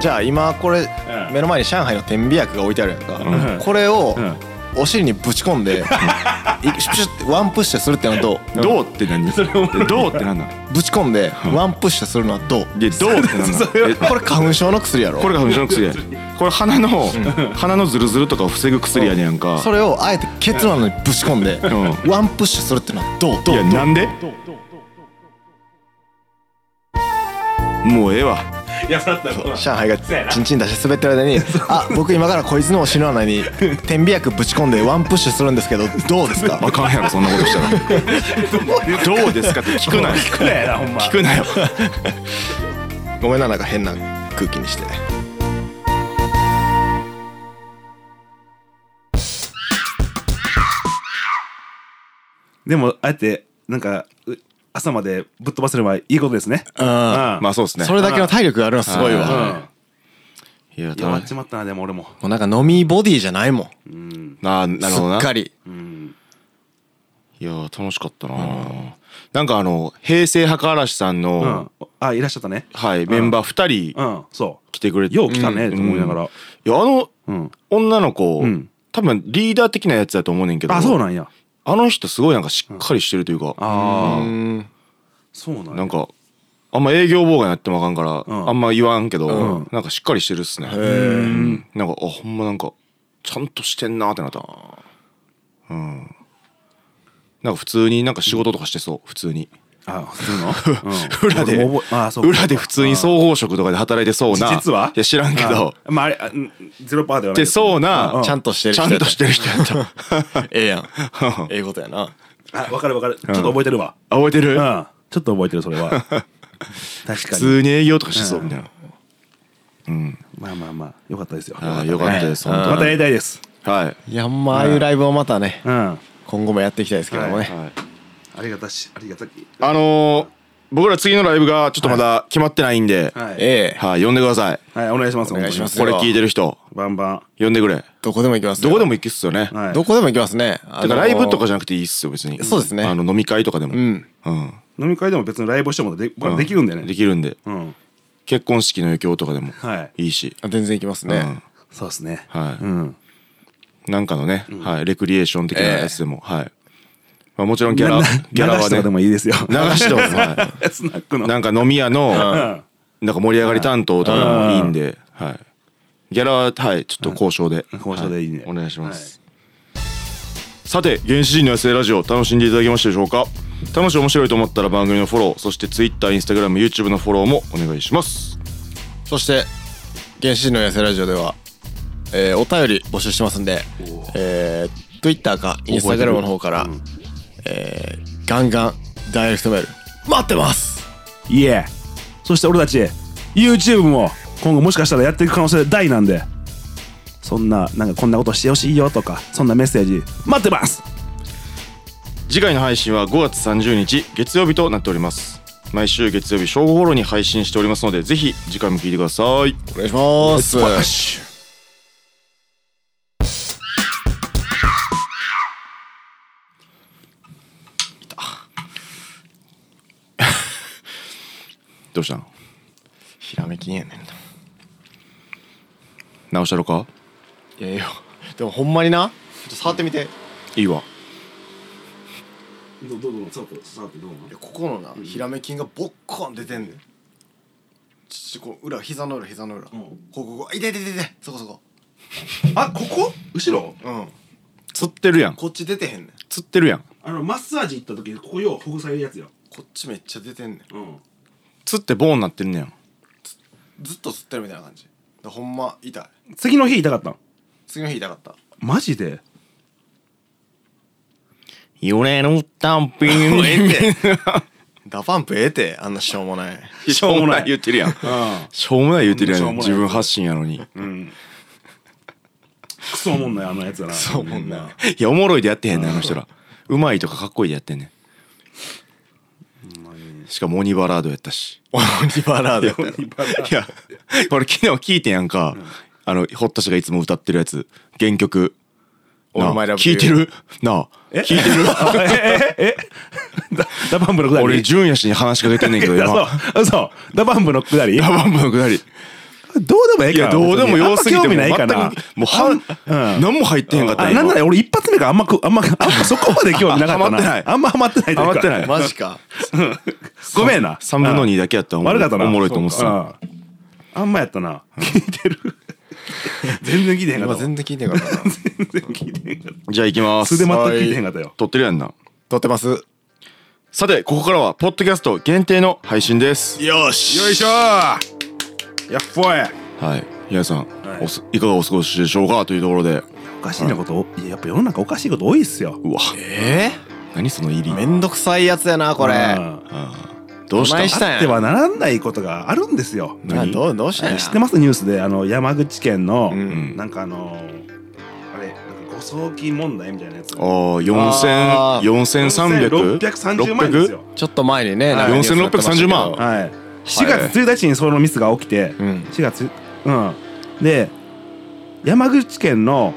[SPEAKER 3] じゃあ今これ目の前に上海の天美薬が置いてあるやんか、
[SPEAKER 2] うん
[SPEAKER 3] これを
[SPEAKER 2] うん
[SPEAKER 3] お尻にぶち込 んで、いシュッシュッてワンプッシュするってのと
[SPEAKER 1] どうって何どうって何なの
[SPEAKER 3] ぶち込んでワンプッシュするのはどう
[SPEAKER 1] でどうって何なのえ
[SPEAKER 3] これ花粉症の薬やろ
[SPEAKER 1] これが花粉症の薬やこれ鼻の鼻のズルズルとかを防ぐ薬やねやんか
[SPEAKER 3] それをあえてケツなのにぶち込んで、
[SPEAKER 1] う
[SPEAKER 3] ワンプッシュするってのはどう
[SPEAKER 1] い
[SPEAKER 3] どう
[SPEAKER 1] やなんでもうええわ
[SPEAKER 2] いやさったら
[SPEAKER 3] 上海がチンチン出して滑ってる間に「あ僕今からこいつのお尻の 穴に点鼻薬ぶち込んでワンプッシュするんですけどどうですか?
[SPEAKER 1] あかんやろそんなことしたら どうですかって聞くなよ
[SPEAKER 2] くれなほんま
[SPEAKER 1] 聞くなよ」
[SPEAKER 3] ごめんななんか変な空気にして
[SPEAKER 2] でもあえてなんかう朝までぶっ飛ばせればいいことですね
[SPEAKER 3] うん
[SPEAKER 2] あ
[SPEAKER 1] まあそうですね
[SPEAKER 3] それだけの体力があるのはすごい
[SPEAKER 2] うん
[SPEAKER 3] わ
[SPEAKER 1] いや
[SPEAKER 2] 弱
[SPEAKER 1] 楽
[SPEAKER 2] っ
[SPEAKER 1] し
[SPEAKER 2] ちまったなでも俺も
[SPEAKER 3] もうなんか飲みボディじゃないもん
[SPEAKER 1] あーなる
[SPEAKER 3] す
[SPEAKER 1] ほどな
[SPEAKER 3] っかり
[SPEAKER 2] うん
[SPEAKER 1] いやー楽しかったなー、なんかあの平成墓嵐さんの、
[SPEAKER 2] うん、あいらっしゃったね
[SPEAKER 1] はいメンバー2人
[SPEAKER 2] うんそ
[SPEAKER 1] 来てくれ
[SPEAKER 2] う
[SPEAKER 1] て
[SPEAKER 2] よう来たね
[SPEAKER 1] ん
[SPEAKER 2] と思いながら
[SPEAKER 1] いやあの
[SPEAKER 2] うん
[SPEAKER 1] 女の子、
[SPEAKER 2] うん
[SPEAKER 1] 多分リーダー的なやつだと思うねんけど
[SPEAKER 2] あそうなんや
[SPEAKER 1] あの人すごいなんかしっかりしてるというか、
[SPEAKER 2] ああ
[SPEAKER 3] ん
[SPEAKER 2] そうなんや
[SPEAKER 1] なんかあんま営業妨害になってもあかんから、
[SPEAKER 2] うん
[SPEAKER 1] あんま言わんけど、
[SPEAKER 2] うん
[SPEAKER 1] なんかしっかりしてるっすね、
[SPEAKER 3] へー
[SPEAKER 1] なんかあほんまなんかちゃんとしてんなってなったうんなんか普通になんか仕事とかしてそう普通に
[SPEAKER 2] あ 普通の、うん、
[SPEAKER 1] 裏で
[SPEAKER 2] 俺も覚えあそうか
[SPEAKER 1] 裏で普通に総合職とかで働いてそうな
[SPEAKER 2] 実はい
[SPEAKER 1] や知らんけど
[SPEAKER 2] あまああれあんゼロパーではな
[SPEAKER 1] で
[SPEAKER 2] い
[SPEAKER 1] そうな
[SPEAKER 3] ちゃんとしてる
[SPEAKER 1] ち
[SPEAKER 3] 人
[SPEAKER 1] ゃ
[SPEAKER 3] や
[SPEAKER 1] ん
[SPEAKER 3] った
[SPEAKER 1] としてる人やった
[SPEAKER 3] ええやんええことやな
[SPEAKER 2] あ分かる分かる、ちょっと覚えてるわ
[SPEAKER 1] あ覚えて
[SPEAKER 2] う
[SPEAKER 1] る
[SPEAKER 2] んちょっと覚えてるそ れは確か
[SPEAKER 1] 普
[SPEAKER 2] に
[SPEAKER 1] 通に営業とかしてそうみたいな
[SPEAKER 2] まあまあまあよかったですよ
[SPEAKER 1] あーよかったです
[SPEAKER 3] はい
[SPEAKER 1] 本
[SPEAKER 2] ま
[SPEAKER 1] 当
[SPEAKER 2] た
[SPEAKER 1] に
[SPEAKER 2] やりたいです
[SPEAKER 1] はい
[SPEAKER 3] いやまあああいうライブをまたね
[SPEAKER 2] うんあ
[SPEAKER 3] 今後もやっていきたいですけどもね、
[SPEAKER 1] はい
[SPEAKER 2] りがたしありがたき
[SPEAKER 1] あのー僕ら次のライブがちょっとまだ決まってないんで
[SPEAKER 2] はい、
[SPEAKER 3] ええ
[SPEAKER 1] はい呼んでください
[SPEAKER 2] はい、お願いします
[SPEAKER 3] お願いします
[SPEAKER 1] これ聞いてる人
[SPEAKER 2] バンバ
[SPEAKER 1] 呼んでくれ
[SPEAKER 3] どこでも行きますよ
[SPEAKER 1] どこでも行けっすよね
[SPEAKER 2] ン、はい、
[SPEAKER 3] どこでも行きますね
[SPEAKER 1] てかライブとか
[SPEAKER 3] じ
[SPEAKER 1] じゃなくていいっすよ別に
[SPEAKER 3] そうですね
[SPEAKER 1] あの飲み会とかでも
[SPEAKER 3] ゃうん
[SPEAKER 1] うん
[SPEAKER 2] 飲み会でも別にライブしてもでできるんだよね
[SPEAKER 1] できるんで
[SPEAKER 2] うん
[SPEAKER 1] 結婚式の余興とかでも
[SPEAKER 2] はい
[SPEAKER 1] いいし
[SPEAKER 3] あ全然行きます
[SPEAKER 1] う
[SPEAKER 3] ね
[SPEAKER 1] ん
[SPEAKER 2] そうですね
[SPEAKER 1] はい
[SPEAKER 2] うん
[SPEAKER 1] なんかのね、はい、レクリエーション的なやつでも、はい。まあ、もちろんギャラ、
[SPEAKER 2] なな
[SPEAKER 1] ギャラ
[SPEAKER 2] 流
[SPEAKER 1] は
[SPEAKER 2] しと
[SPEAKER 1] ね、
[SPEAKER 2] かでもいいですよ
[SPEAKER 1] 流しとかも、は
[SPEAKER 2] スナック
[SPEAKER 1] い、
[SPEAKER 2] の
[SPEAKER 1] なんか飲み屋
[SPEAKER 2] う
[SPEAKER 1] の、
[SPEAKER 2] ん
[SPEAKER 1] なんか盛り上がり担当とかでもいいんで、はい。ギャラは、はい、ちょっと交渉で。
[SPEAKER 2] 交渉でいいね
[SPEAKER 1] はお願いします。さて原始人の野生ラジオ楽しんでいただけましたでしょうか楽しい面白いと思ったら番組のフォローそして TwitterInstagramYouTube のフォローもお願いします
[SPEAKER 3] そして原始人の痩せラジオでは、えーお便り募集してますんで、えー、Twitter か Instagram の方から、えーガンガンダイレクトメール待ってます
[SPEAKER 2] いえそして俺たち YouTube も今後もしかしたらやっていく可能性大なんでそんななんかこんなことしてほしいよとかそんなメッセージ待ってます
[SPEAKER 1] 次回の配信は5月30日月曜日となっております毎週月曜日正午頃に配信しておりますのでぜひ次回も聞いてください
[SPEAKER 3] お願いします
[SPEAKER 1] どうしたん
[SPEAKER 3] ひらめきんやねんな
[SPEAKER 1] 直したろか
[SPEAKER 3] いやいやでもほんまになちょっと触ってみて
[SPEAKER 1] いいわ
[SPEAKER 2] どうどうどうそうそうどう
[SPEAKER 3] ここのなひらめきんがボッコン出てんねんちょこう裏膝の裏膝の裏、ここここ痛い痛い痛い痛いそこそこ
[SPEAKER 2] あここ後ろ
[SPEAKER 3] うん
[SPEAKER 1] 釣ってるやん
[SPEAKER 3] こっち出てへんねん
[SPEAKER 1] 釣ってるやん
[SPEAKER 2] あのマッサージ行った時ここようほぐされるやつよ
[SPEAKER 3] こっちめっちゃ出てんねん
[SPEAKER 2] うん
[SPEAKER 1] 釣って棒になってんねやん
[SPEAKER 3] ずっと吸ってるみたいな感じでほんま痛い
[SPEAKER 2] 次の日痛かったん
[SPEAKER 3] 次の日痛かった
[SPEAKER 2] マジで
[SPEAKER 1] 揺れるタンピン
[SPEAKER 3] ダパンプええてあんなしょうもない
[SPEAKER 1] しょうもない言ってるやん
[SPEAKER 2] あ
[SPEAKER 1] しょうもない言ってるや
[SPEAKER 2] しょうんもない
[SPEAKER 1] 自分発信やのに
[SPEAKER 2] あうんクソおもんないあのやつだなクソ
[SPEAKER 3] おもんない
[SPEAKER 1] やおもろいでやってへんねんあの人らうまいとかかっこいいでやってんねんしかも鬼バラードやったし
[SPEAKER 3] オニバラードやった よ
[SPEAKER 1] いや俺昨日聞いてんやんか、あの堀田氏がいつも歌ってるやつ原曲なあ
[SPEAKER 3] All My Love
[SPEAKER 1] 聞いてるなあ聞いてる
[SPEAKER 2] ダバンブのくだり
[SPEAKER 1] 俺
[SPEAKER 2] い
[SPEAKER 1] 純也氏に話しかけてんねんけど
[SPEAKER 2] や
[SPEAKER 1] 今
[SPEAKER 2] そう嘘ダバンブのくだり
[SPEAKER 1] ヤバンブのくだり
[SPEAKER 2] どうでもええ
[SPEAKER 1] い
[SPEAKER 2] から
[SPEAKER 1] やどうでもよすぎて
[SPEAKER 2] あんま興
[SPEAKER 1] も
[SPEAKER 2] 味
[SPEAKER 1] う全
[SPEAKER 2] ない
[SPEAKER 1] く
[SPEAKER 2] から
[SPEAKER 1] もうはん
[SPEAKER 2] うん
[SPEAKER 1] 何も入ってへんかった
[SPEAKER 2] あなんなら俺一発目があんまくあんまあんまそこまで興味なか
[SPEAKER 1] ハ
[SPEAKER 2] った
[SPEAKER 1] マってない
[SPEAKER 2] なあんまハマってないというか
[SPEAKER 1] ハマってない
[SPEAKER 3] マジか
[SPEAKER 2] ごめんな
[SPEAKER 1] 3分の2だけやったらお
[SPEAKER 2] うん
[SPEAKER 1] もろい
[SPEAKER 2] 悪かったな
[SPEAKER 1] おもろいと思って
[SPEAKER 2] そう
[SPEAKER 1] た
[SPEAKER 2] かうんあんまやったな聞いて る全然聞いてへん
[SPEAKER 3] 今
[SPEAKER 2] かったわ
[SPEAKER 3] 全然聞いてんかったな
[SPEAKER 2] 全然聞いてへんかった
[SPEAKER 1] じゃあ行きます
[SPEAKER 2] 素で全く聞いてへんかったよ
[SPEAKER 1] 撮ってるやんな
[SPEAKER 3] 撮ってますよ
[SPEAKER 1] さてここからはポッドキャスト限定の配信です
[SPEAKER 3] ーし
[SPEAKER 2] よいしょーやっほい
[SPEAKER 1] はい皆さん、
[SPEAKER 2] はい
[SPEAKER 1] おすいかがお過ごしでしょうかというところで
[SPEAKER 2] おかしいなこといややっぱ世の中おかしいこと多いっすよ
[SPEAKER 1] うわ
[SPEAKER 3] え
[SPEAKER 1] 何その入り
[SPEAKER 3] ー、めんどくさいやつやなこれ
[SPEAKER 2] う
[SPEAKER 3] あ
[SPEAKER 2] ん
[SPEAKER 1] どうした
[SPEAKER 3] どないし
[SPEAKER 2] あってはならないことがあるんですよ
[SPEAKER 1] 何
[SPEAKER 3] どうどうしたんや
[SPEAKER 2] 知ってますニュースであの山口県の
[SPEAKER 3] うん
[SPEAKER 2] なんかあのーあれなんか誤送金問題みたいなやつ
[SPEAKER 1] ああ四
[SPEAKER 3] あ
[SPEAKER 1] 千
[SPEAKER 3] ー
[SPEAKER 1] 四千三百
[SPEAKER 2] 630万円ですよ
[SPEAKER 3] ちょっと前にね
[SPEAKER 2] はい
[SPEAKER 3] なんかニュースになってましたけど
[SPEAKER 1] 4630
[SPEAKER 2] はい4月1日にそのミスが起きて
[SPEAKER 3] うん
[SPEAKER 2] 4月うんで山口県の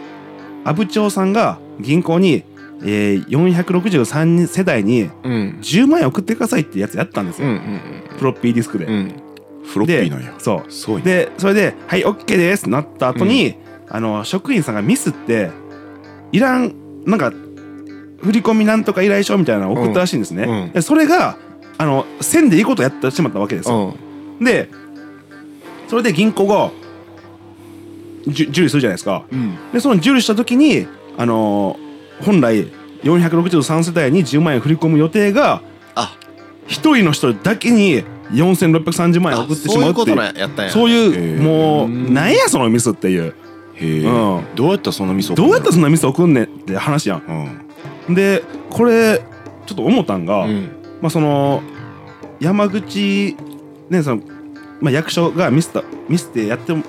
[SPEAKER 2] 阿武町さんが銀行にえー、463世代に
[SPEAKER 3] うん
[SPEAKER 2] 10万円送ってくださいってやつやったんです
[SPEAKER 3] うんう
[SPEAKER 2] よ、
[SPEAKER 3] ん
[SPEAKER 2] フロッピーディスクで、
[SPEAKER 3] うんうん
[SPEAKER 1] フロッピ
[SPEAKER 2] で
[SPEAKER 1] ーなんや
[SPEAKER 2] そう
[SPEAKER 1] すごいね
[SPEAKER 2] でそれで「はい OK です」ってなった後に、あの職員さんがミスっていらんなんか振り込みなんとか依頼書みたいなのを送ったらしいんですね、
[SPEAKER 3] うんうん
[SPEAKER 2] でそれがあの線でいいことやってしまったわけですよ、でそれで銀行がじゅ受理するじゃないですか
[SPEAKER 3] うん
[SPEAKER 2] でその受理した時にあのー本来463世帯に10万円振り込む予定が
[SPEAKER 3] あ
[SPEAKER 2] 一人の人だけに4630万円送ってし
[SPEAKER 3] あそう
[SPEAKER 2] ま
[SPEAKER 3] いうう
[SPEAKER 2] ってい
[SPEAKER 3] こ
[SPEAKER 2] う
[SPEAKER 3] となんやったんや
[SPEAKER 2] そうい
[SPEAKER 1] へ
[SPEAKER 2] う
[SPEAKER 1] ー
[SPEAKER 2] もう
[SPEAKER 3] うん
[SPEAKER 2] なんやそのミスっていう
[SPEAKER 1] へえ
[SPEAKER 2] うん
[SPEAKER 1] どうやったらそんなミスを
[SPEAKER 2] どうやったらそんなミス送んねんって話や
[SPEAKER 1] うん
[SPEAKER 2] んでこれちょっと思ったんが、
[SPEAKER 3] うん
[SPEAKER 2] まあその山口ねその、まあ、役所がミスったミスってやっても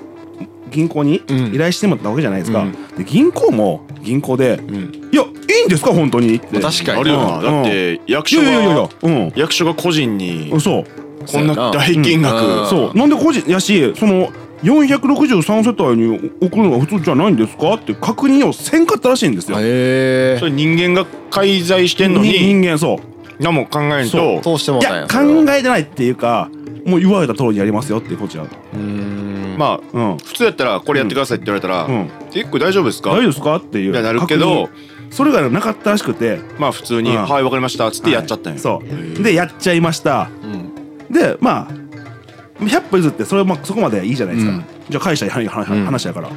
[SPEAKER 2] 銀行に
[SPEAKER 3] うん
[SPEAKER 2] 依頼してもらったわけじゃないですか、
[SPEAKER 3] うん
[SPEAKER 2] で銀行も銀行で
[SPEAKER 3] うん
[SPEAKER 2] 「いやいいんですか本当に」って
[SPEAKER 3] まあ確かに
[SPEAKER 1] あるよな
[SPEAKER 2] うん
[SPEAKER 1] だって役
[SPEAKER 2] い
[SPEAKER 1] 所
[SPEAKER 2] やいやいやい
[SPEAKER 1] が
[SPEAKER 2] やうん
[SPEAKER 1] 役所が個人に
[SPEAKER 2] うんそう
[SPEAKER 1] こんな大金
[SPEAKER 3] うん
[SPEAKER 1] 額
[SPEAKER 2] そうなんで個人やしその463世帯に送るのが普通じゃないんですかって確認をせんかったらしいんですよ
[SPEAKER 3] へえ
[SPEAKER 1] それ人間が介在してんのに
[SPEAKER 2] 人間そう
[SPEAKER 1] 何も考えん
[SPEAKER 2] そ
[SPEAKER 1] と
[SPEAKER 3] 通しても
[SPEAKER 2] いう
[SPEAKER 3] たん
[SPEAKER 2] や
[SPEAKER 3] や
[SPEAKER 2] 考えてないっていうかもう言われた通りやりますよっていうこっちらう
[SPEAKER 3] えうんまあ
[SPEAKER 1] まあ
[SPEAKER 2] ん
[SPEAKER 1] 普通やったらこれやってくださいって言われたら
[SPEAKER 2] うん
[SPEAKER 1] 「結構大丈夫です
[SPEAKER 2] 大
[SPEAKER 1] か?」
[SPEAKER 2] 丈夫ですかっていう
[SPEAKER 1] いやなるけど
[SPEAKER 2] 確認それがなかったらしくて
[SPEAKER 1] まあ普通に「
[SPEAKER 2] うん
[SPEAKER 1] はいわかりました」っつってやっちゃったん
[SPEAKER 2] はい
[SPEAKER 1] や
[SPEAKER 2] そ
[SPEAKER 1] へ
[SPEAKER 2] う
[SPEAKER 1] え
[SPEAKER 2] でやっちゃいました
[SPEAKER 3] うん
[SPEAKER 2] でまあ100歩譲ってそれはまあそこまでいいじゃないですか、
[SPEAKER 3] うん
[SPEAKER 2] じゃあ会社やはり話
[SPEAKER 3] うん
[SPEAKER 2] 話やから、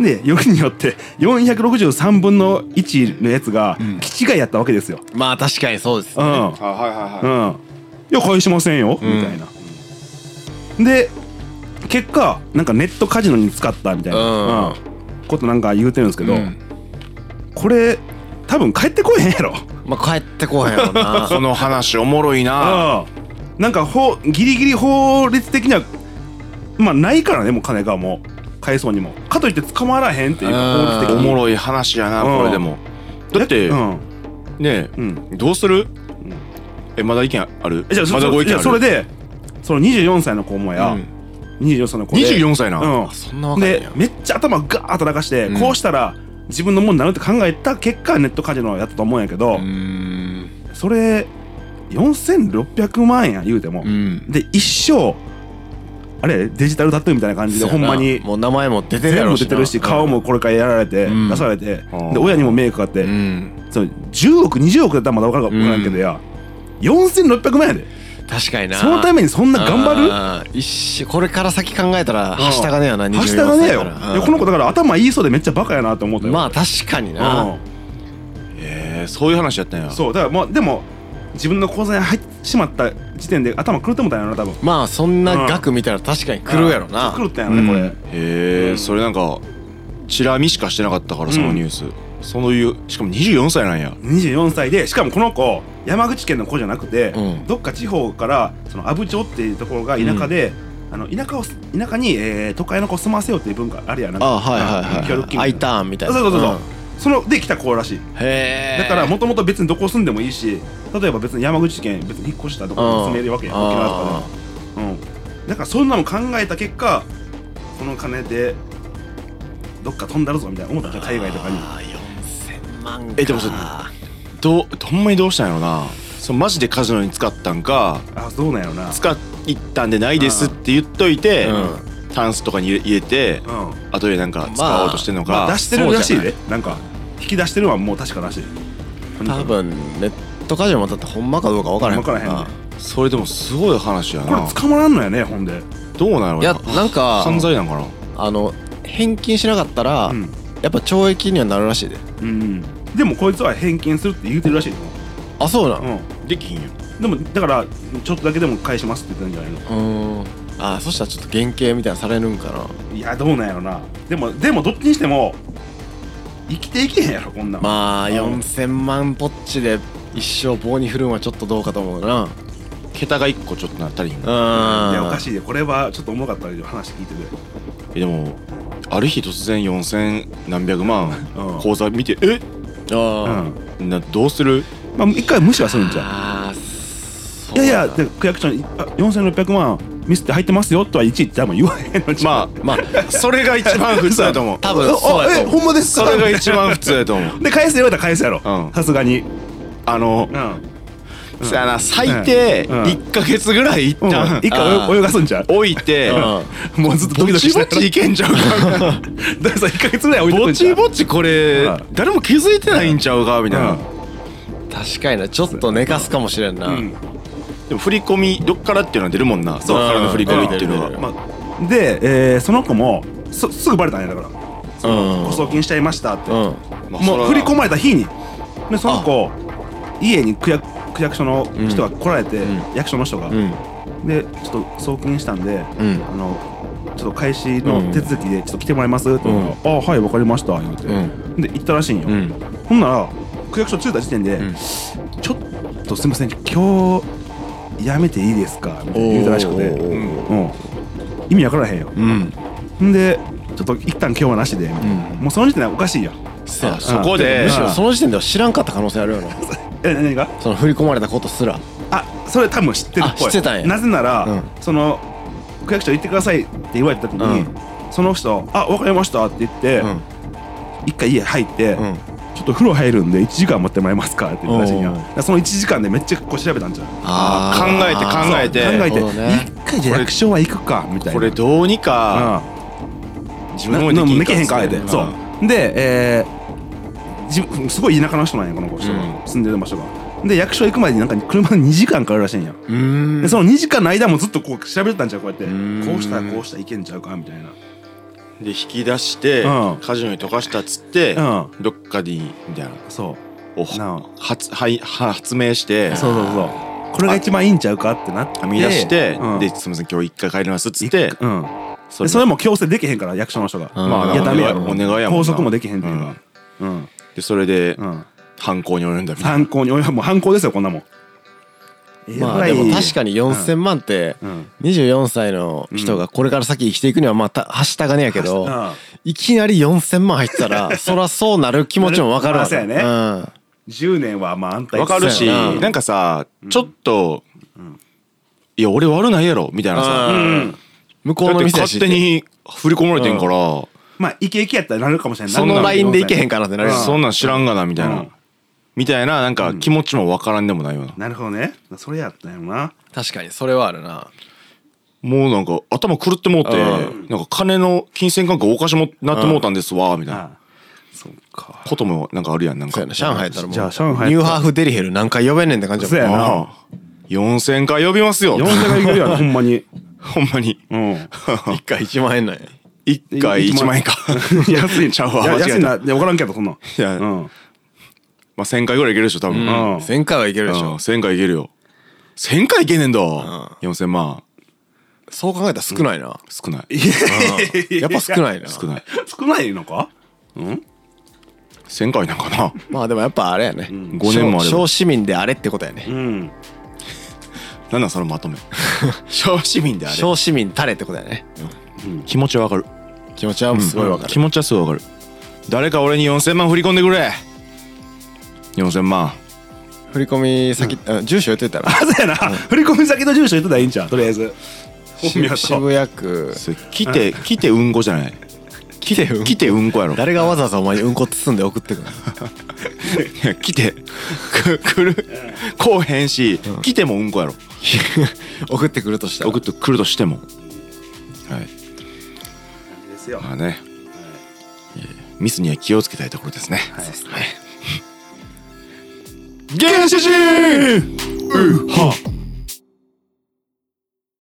[SPEAKER 2] でよりによって463分の1のやつが
[SPEAKER 3] うん
[SPEAKER 2] 気違いやったわけですよ
[SPEAKER 3] まあ確かにそうです
[SPEAKER 2] う
[SPEAKER 3] ね
[SPEAKER 1] あ
[SPEAKER 2] ん、
[SPEAKER 1] はいはいはい
[SPEAKER 2] うん、いや返しませんよ、
[SPEAKER 3] うん
[SPEAKER 2] みたいなで結果なんかネットカジノに使ったみたいな、
[SPEAKER 3] うん
[SPEAKER 2] うんことなんか言うてるんですけど、
[SPEAKER 3] うん
[SPEAKER 2] これ多分帰ってこえへんやろ
[SPEAKER 3] まあ帰ってこうへんやろ な
[SPEAKER 1] この話おもろいな
[SPEAKER 2] うんなんか法ギリギリ法律的にはまあないからねもう金がもう返そうにもかといって捕まらへんってい
[SPEAKER 3] う
[SPEAKER 2] う
[SPEAKER 3] ん
[SPEAKER 2] 法律的
[SPEAKER 1] お
[SPEAKER 2] に
[SPEAKER 1] もろい話やな
[SPEAKER 2] うん
[SPEAKER 1] これでもだって
[SPEAKER 2] うん
[SPEAKER 1] ね
[SPEAKER 2] うん
[SPEAKER 1] えどうするえまだ意見ある
[SPEAKER 2] えじゃあそ
[SPEAKER 1] まだご意
[SPEAKER 2] じ
[SPEAKER 1] 見
[SPEAKER 2] ゃ
[SPEAKER 1] あ
[SPEAKER 2] あ
[SPEAKER 1] る
[SPEAKER 2] それでその24歳の子もや、
[SPEAKER 3] うん
[SPEAKER 2] 24歳の子で
[SPEAKER 1] 24歳な
[SPEAKER 2] うん
[SPEAKER 3] あそんなわけ
[SPEAKER 2] で
[SPEAKER 3] や
[SPEAKER 2] めっちゃ頭ガーッと流して、
[SPEAKER 3] うん
[SPEAKER 2] こうしたら自分のもんになるって考えた結果ネットカジノやったと思うんやけど、
[SPEAKER 3] うん
[SPEAKER 2] それ4600万円や言うても、
[SPEAKER 3] うん
[SPEAKER 2] で一生あれデジタルタトゥーみたいな感じでほんまに
[SPEAKER 3] もう名前も出てるや
[SPEAKER 2] 全
[SPEAKER 3] ろ
[SPEAKER 2] 部
[SPEAKER 3] うし
[SPEAKER 2] 出
[SPEAKER 3] な
[SPEAKER 2] てるし顔もこれからやられて
[SPEAKER 3] うん
[SPEAKER 2] 出されて
[SPEAKER 1] うん
[SPEAKER 2] で親にも迷惑かかって
[SPEAKER 3] うん
[SPEAKER 2] その10億20億だったらまだ分からん
[SPEAKER 3] うん
[SPEAKER 2] 分からんけどや4600万円やで
[SPEAKER 3] 確かにな
[SPEAKER 2] そのためにそんな頑張る
[SPEAKER 3] 張る一瞬これから先考えたらはしたがねえよな24
[SPEAKER 2] はしたがねえ
[SPEAKER 3] 歳
[SPEAKER 2] よ
[SPEAKER 3] から
[SPEAKER 2] いやこの子だから頭いいそうでめっちゃバカやなと思った
[SPEAKER 3] うん
[SPEAKER 2] よ
[SPEAKER 3] まあ確かに
[SPEAKER 2] う
[SPEAKER 3] なん
[SPEAKER 1] えーそういう話やったんや
[SPEAKER 2] そうだからまあでも自分の口座に入ってしまった時点で頭狂ってもたんやろな多分
[SPEAKER 3] まあそんな額見たら確かに狂うやろな
[SPEAKER 2] 狂ったんやろねこれ、
[SPEAKER 1] へ
[SPEAKER 2] う
[SPEAKER 1] え
[SPEAKER 2] ん
[SPEAKER 1] それなんかチラ見しかしてなかったからそのニュースそういうしかも24歳なんや
[SPEAKER 2] 24歳でしかもこの子山口県の子じゃなくて、
[SPEAKER 3] うん
[SPEAKER 2] どっか地方からその阿武町っていうところが田舎で、あの田舎を田舎に、えー都会の子住ませようっていう文化あるやんなん
[SPEAKER 3] あ
[SPEAKER 2] か
[SPEAKER 3] あはいはいは
[SPEAKER 2] 協力
[SPEAKER 3] い
[SPEAKER 2] 金
[SPEAKER 3] アイターンみたい
[SPEAKER 2] そう
[SPEAKER 3] な
[SPEAKER 2] そうそうそう、
[SPEAKER 3] ん
[SPEAKER 2] そので来た子らしい
[SPEAKER 3] へえ
[SPEAKER 2] だからもともと別にどこ住んでもいいし例えば別に山口県別に引っ越したとこに住めるわけや沖縄とかでもうんだからそんなの考えた結果この金でどっか飛んだるぞみたいな思ったんじゃん海外とかに
[SPEAKER 3] ああ4000万か
[SPEAKER 1] えでもそれどうほんまにどうしたんやろなそうマジでカジノに使ったんか
[SPEAKER 2] あそうなんやろな
[SPEAKER 1] 使いったんでないですって言っといて
[SPEAKER 3] う
[SPEAKER 1] タンスとかに入れ入れて
[SPEAKER 2] うん
[SPEAKER 1] 後でなんか使おうとしてんの
[SPEAKER 2] まあ
[SPEAKER 1] か
[SPEAKER 2] 出してるらしい
[SPEAKER 3] そう
[SPEAKER 2] でなんか引き出してるのはもう確からしい
[SPEAKER 3] 多分ネットカジノまたってほんまかどうか分からへん
[SPEAKER 2] 分からへんね
[SPEAKER 1] それでもすごい話や
[SPEAKER 2] これ
[SPEAKER 1] な
[SPEAKER 2] 捕まらんのやねほんで
[SPEAKER 1] どうなんやろ
[SPEAKER 3] いやなんか
[SPEAKER 1] 犯罪なんかな
[SPEAKER 3] あの返金しなかったら、
[SPEAKER 2] うん
[SPEAKER 3] やっぱ懲役にはなるらしいで
[SPEAKER 2] うんでもこいつは返金するって言うてるらしいよ
[SPEAKER 3] あそうな
[SPEAKER 2] う
[SPEAKER 3] の
[SPEAKER 2] ん
[SPEAKER 1] できひんよ
[SPEAKER 2] でもだからちょっとだけでも返しますって言ってたんじゃない
[SPEAKER 3] ー
[SPEAKER 2] う
[SPEAKER 3] んあそしたらちょっと減刑みたいなのされるんかな
[SPEAKER 2] のいやどうなんやろなでもでもどっちにしても生きていけへんやろこんなん
[SPEAKER 3] まあ
[SPEAKER 2] うん
[SPEAKER 3] 4000万ぽっちで一生棒に振るんはちょっとどうかと思うなう
[SPEAKER 1] 桁が一個ちょっとなったりひん
[SPEAKER 3] ーん
[SPEAKER 2] いやおかしいでこれはちょっと重かったで話聞いてて
[SPEAKER 1] えでもある日突然4000何百万
[SPEAKER 2] うん
[SPEAKER 1] 口座見てえ
[SPEAKER 2] う
[SPEAKER 3] あー、
[SPEAKER 2] ん
[SPEAKER 1] などうする
[SPEAKER 2] まあ一回無視はするんじゃん
[SPEAKER 3] あーそう
[SPEAKER 2] い
[SPEAKER 3] だ
[SPEAKER 2] やいやで区役所にあ4600万ミスって入ってますよとはいちいち多分言わへんのちゃう
[SPEAKER 1] まあまあそれが一番普通だと思う
[SPEAKER 3] 多分そうやと
[SPEAKER 2] あえ
[SPEAKER 3] 思う
[SPEAKER 2] ほんまです
[SPEAKER 1] そ
[SPEAKER 2] か
[SPEAKER 1] れが一番普通だと思う
[SPEAKER 2] で返すようだら返すやろ
[SPEAKER 1] うん
[SPEAKER 2] さすがに
[SPEAKER 1] あの
[SPEAKER 2] うん
[SPEAKER 1] そやな最低
[SPEAKER 2] うん
[SPEAKER 1] 1ヶ月ぐらい一
[SPEAKER 2] うん
[SPEAKER 1] 旦
[SPEAKER 2] 一
[SPEAKER 3] あ
[SPEAKER 2] 回泳泳がすんちゃう
[SPEAKER 1] 置いて
[SPEAKER 2] うんもうずっとドキドキして
[SPEAKER 1] ぼちぼちいけんちゃう か
[SPEAKER 2] だからさ1か月ぐらい置いとく
[SPEAKER 1] ぼ
[SPEAKER 2] んちゃ
[SPEAKER 1] ち
[SPEAKER 2] う
[SPEAKER 1] ぼちこれ
[SPEAKER 2] うん
[SPEAKER 1] 誰も気づいてないんちゃうかみたいな
[SPEAKER 3] 確かになちょっと寝かすかもしれんな、
[SPEAKER 2] うん
[SPEAKER 1] でも振り込みどっからっていうのは出るもんなどっからの振り込みっていうのは
[SPEAKER 3] うん
[SPEAKER 2] まあで、えーその子もそすぐバレたんやだからその
[SPEAKER 3] うん
[SPEAKER 2] 誤送金しちゃいましたって、
[SPEAKER 3] うん
[SPEAKER 1] まあそ
[SPEAKER 2] も
[SPEAKER 1] ら
[SPEAKER 2] う振り込まれた日にでその子家に区役区役所の人が来られて、
[SPEAKER 3] う
[SPEAKER 2] 役所の人が、
[SPEAKER 3] うん
[SPEAKER 2] でちょっと送金したんで、
[SPEAKER 3] うん
[SPEAKER 2] あのちょっと開始の手続きでちょっと来てもらえますって言うから、ああはいわかりました」言うて、
[SPEAKER 3] う
[SPEAKER 2] で行ったらしいんよ、
[SPEAKER 3] うん
[SPEAKER 2] ほんなら区役所着いた時点で、
[SPEAKER 3] ん
[SPEAKER 2] ちょっとすいません今日やめていいですか?」みたいな言うたらしくて、
[SPEAKER 3] おー
[SPEAKER 2] うん、意味わからへんよ
[SPEAKER 3] うん
[SPEAKER 2] んでちょっと一旦今日はなしで、みたいな
[SPEAKER 3] うん
[SPEAKER 2] もうその時点でおかしいやん
[SPEAKER 3] せや
[SPEAKER 1] そこで
[SPEAKER 3] むしろその時点では知らんかった可能性あるよな
[SPEAKER 2] え何が
[SPEAKER 3] その振り込まれたことすら
[SPEAKER 2] あそれ多分知ってるっぽい
[SPEAKER 3] あ知ってたんや
[SPEAKER 2] なぜなら、
[SPEAKER 3] うん
[SPEAKER 2] その区役所行ってくださいって言われた時に、その人「あわかりました」って言って、
[SPEAKER 3] うん
[SPEAKER 2] 一回家入って、
[SPEAKER 3] うん
[SPEAKER 2] ちょっと風呂入るんで1時間待ってもらえますか?」って言ったらしいんや
[SPEAKER 3] おう
[SPEAKER 2] だからその1時間でめっちゃこう調べたんじゃん
[SPEAKER 1] あー考えて
[SPEAKER 2] 考えて
[SPEAKER 3] なるほどね
[SPEAKER 2] 一回じゃ役所は行くかみたいな
[SPEAKER 1] これどうにか
[SPEAKER 2] うん
[SPEAKER 1] 自
[SPEAKER 2] な
[SPEAKER 1] 分も
[SPEAKER 2] な
[SPEAKER 1] で
[SPEAKER 2] で
[SPEAKER 1] き
[SPEAKER 2] きへんかあえて
[SPEAKER 1] そ
[SPEAKER 2] そううでえーじすごい田舎の人なんやこの子人が、
[SPEAKER 1] うん
[SPEAKER 2] 住んでる場所がで役所行くまでになんか車2時間かかるらしいんや、
[SPEAKER 3] うー
[SPEAKER 2] で
[SPEAKER 3] ん
[SPEAKER 2] その2時間の間もずっとこう調べてたんちゃうこうやって
[SPEAKER 3] うん
[SPEAKER 2] こうしたらこうしたらいけんちゃうかみたいな
[SPEAKER 1] で引き出して
[SPEAKER 2] うん
[SPEAKER 1] カジノに溶かしたっつって
[SPEAKER 2] うん
[SPEAKER 1] どっかでいいみたいな
[SPEAKER 2] そう
[SPEAKER 1] を
[SPEAKER 2] なあ
[SPEAKER 1] 発はい発明して
[SPEAKER 2] そうそうそうこれが一番いいんちゃうかってなって
[SPEAKER 1] 編み出して
[SPEAKER 2] うん、
[SPEAKER 1] で、すみません、今日一回帰りますっつって
[SPEAKER 2] 一、回うん
[SPEAKER 1] そ
[SPEAKER 2] でそれも強制できへんから役所の人が、
[SPEAKER 3] うん
[SPEAKER 1] まあ、
[SPEAKER 2] いやダメや
[SPEAKER 1] お
[SPEAKER 2] ろ
[SPEAKER 1] 願いお願いやもんな
[SPEAKER 2] 拘束もできへんっていうかうん
[SPEAKER 1] で、それで
[SPEAKER 2] う、ん
[SPEAKER 1] 犯行に及んだみたいな。
[SPEAKER 2] 犯行に及ぶもう犯行ですよこんなもん
[SPEAKER 3] まあでも確かに4000万って
[SPEAKER 2] にうん
[SPEAKER 3] 24歳の人がこれから先生きていくにはまあたはした金やけど
[SPEAKER 2] うん
[SPEAKER 3] いきなり4000万入ってたらそらそうなる気持ちも分かるわな
[SPEAKER 2] まあそうやね
[SPEAKER 3] うん
[SPEAKER 2] 10年はまあ安泰
[SPEAKER 1] わかるし、
[SPEAKER 3] そうやな
[SPEAKER 1] なんかさ、ちょっと、いや、俺悪ないやろ、みたいな
[SPEAKER 3] う
[SPEAKER 1] さ。
[SPEAKER 2] うん
[SPEAKER 3] 向こ
[SPEAKER 1] だっ
[SPEAKER 3] うの
[SPEAKER 1] て
[SPEAKER 3] 店やし
[SPEAKER 1] 勝手に振り込まれてんから、
[SPEAKER 2] まあイケイケやったらなるかもしれない
[SPEAKER 3] そのラインでいけへん
[SPEAKER 2] か
[SPEAKER 3] かなってなるよ
[SPEAKER 2] うん。
[SPEAKER 1] そんなん知らんがな、みたいうなんみたいな、なんか気持ちもわからんでもないよな。
[SPEAKER 2] なるほどねそれやったんやろな
[SPEAKER 3] 確かにそれはあるな
[SPEAKER 1] もうなんか頭狂ってもうて、
[SPEAKER 3] う
[SPEAKER 1] なんか金の金銭感覚おかしもなってもうたんですわ、みたいな
[SPEAKER 2] あそっか
[SPEAKER 1] こともなんかあるやん、なん
[SPEAKER 3] そ
[SPEAKER 1] か
[SPEAKER 3] うや。な上海やったらもう
[SPEAKER 2] じゃあ上海
[SPEAKER 3] ニューハーフデリヘル何回呼べんねんって感じ
[SPEAKER 2] そう
[SPEAKER 3] や
[SPEAKER 2] や
[SPEAKER 3] もん
[SPEAKER 2] な
[SPEAKER 1] ああ4000回呼びます よ。
[SPEAKER 2] 4世がいけるやろほんまに
[SPEAKER 1] ほんま に。
[SPEAKER 2] うん
[SPEAKER 3] 一回1万円なんや
[SPEAKER 1] 1回1万円か。
[SPEAKER 2] 安い
[SPEAKER 1] ちゃうわ
[SPEAKER 2] いや
[SPEAKER 1] 間違えた
[SPEAKER 2] 安いないや分からんけどそんなん
[SPEAKER 1] いや
[SPEAKER 2] うん
[SPEAKER 1] まあ1000回ぐらいいけるでしょ、多分。
[SPEAKER 3] う
[SPEAKER 1] うんん
[SPEAKER 2] ん
[SPEAKER 3] 1000回はいけるでしょ
[SPEAKER 1] 1000回いけるよ。1000回いけねえんだ。4000万。
[SPEAKER 3] そう考えたら少ないな
[SPEAKER 1] 少ない。
[SPEAKER 3] うんやっぱ少ないな
[SPEAKER 1] 少ない。
[SPEAKER 2] 少ないのか
[SPEAKER 1] 1000回なんかな。
[SPEAKER 3] まあでもやっぱあれやね
[SPEAKER 1] 5年もあれば
[SPEAKER 3] 小小市民であれってことやね
[SPEAKER 2] うん
[SPEAKER 1] なんなんそのまとめ。小市民であれ。
[SPEAKER 3] 小市民たれってことやね
[SPEAKER 1] 気持ちはわかる。
[SPEAKER 3] 気持ちはすごいわか
[SPEAKER 1] 気
[SPEAKER 3] る
[SPEAKER 1] 持ちはすごいわかる。誰か俺に4000万振り込んでくれ。4000万。
[SPEAKER 3] 振り込み先あ住所言っといたら
[SPEAKER 2] あそうやな振り込み先の住所言ってたらいいんちゃうとりあえず本
[SPEAKER 3] 渋
[SPEAKER 2] 名と
[SPEAKER 3] 渋谷区
[SPEAKER 1] それ来て、来てうんこじゃない。来てうん来てうんこやろ。
[SPEAKER 3] 誰がわざわざお前にうんこ包んで送ってくるの
[SPEAKER 1] いや 来て、く、来る、こうへんし、来てもうんこやろ。
[SPEAKER 3] 送ってくるとしたら
[SPEAKER 1] 送ってくるとしても。はい。
[SPEAKER 2] ですよ
[SPEAKER 1] まあね、えーミスには気をつけたいところですね。そう ですね。原始人うは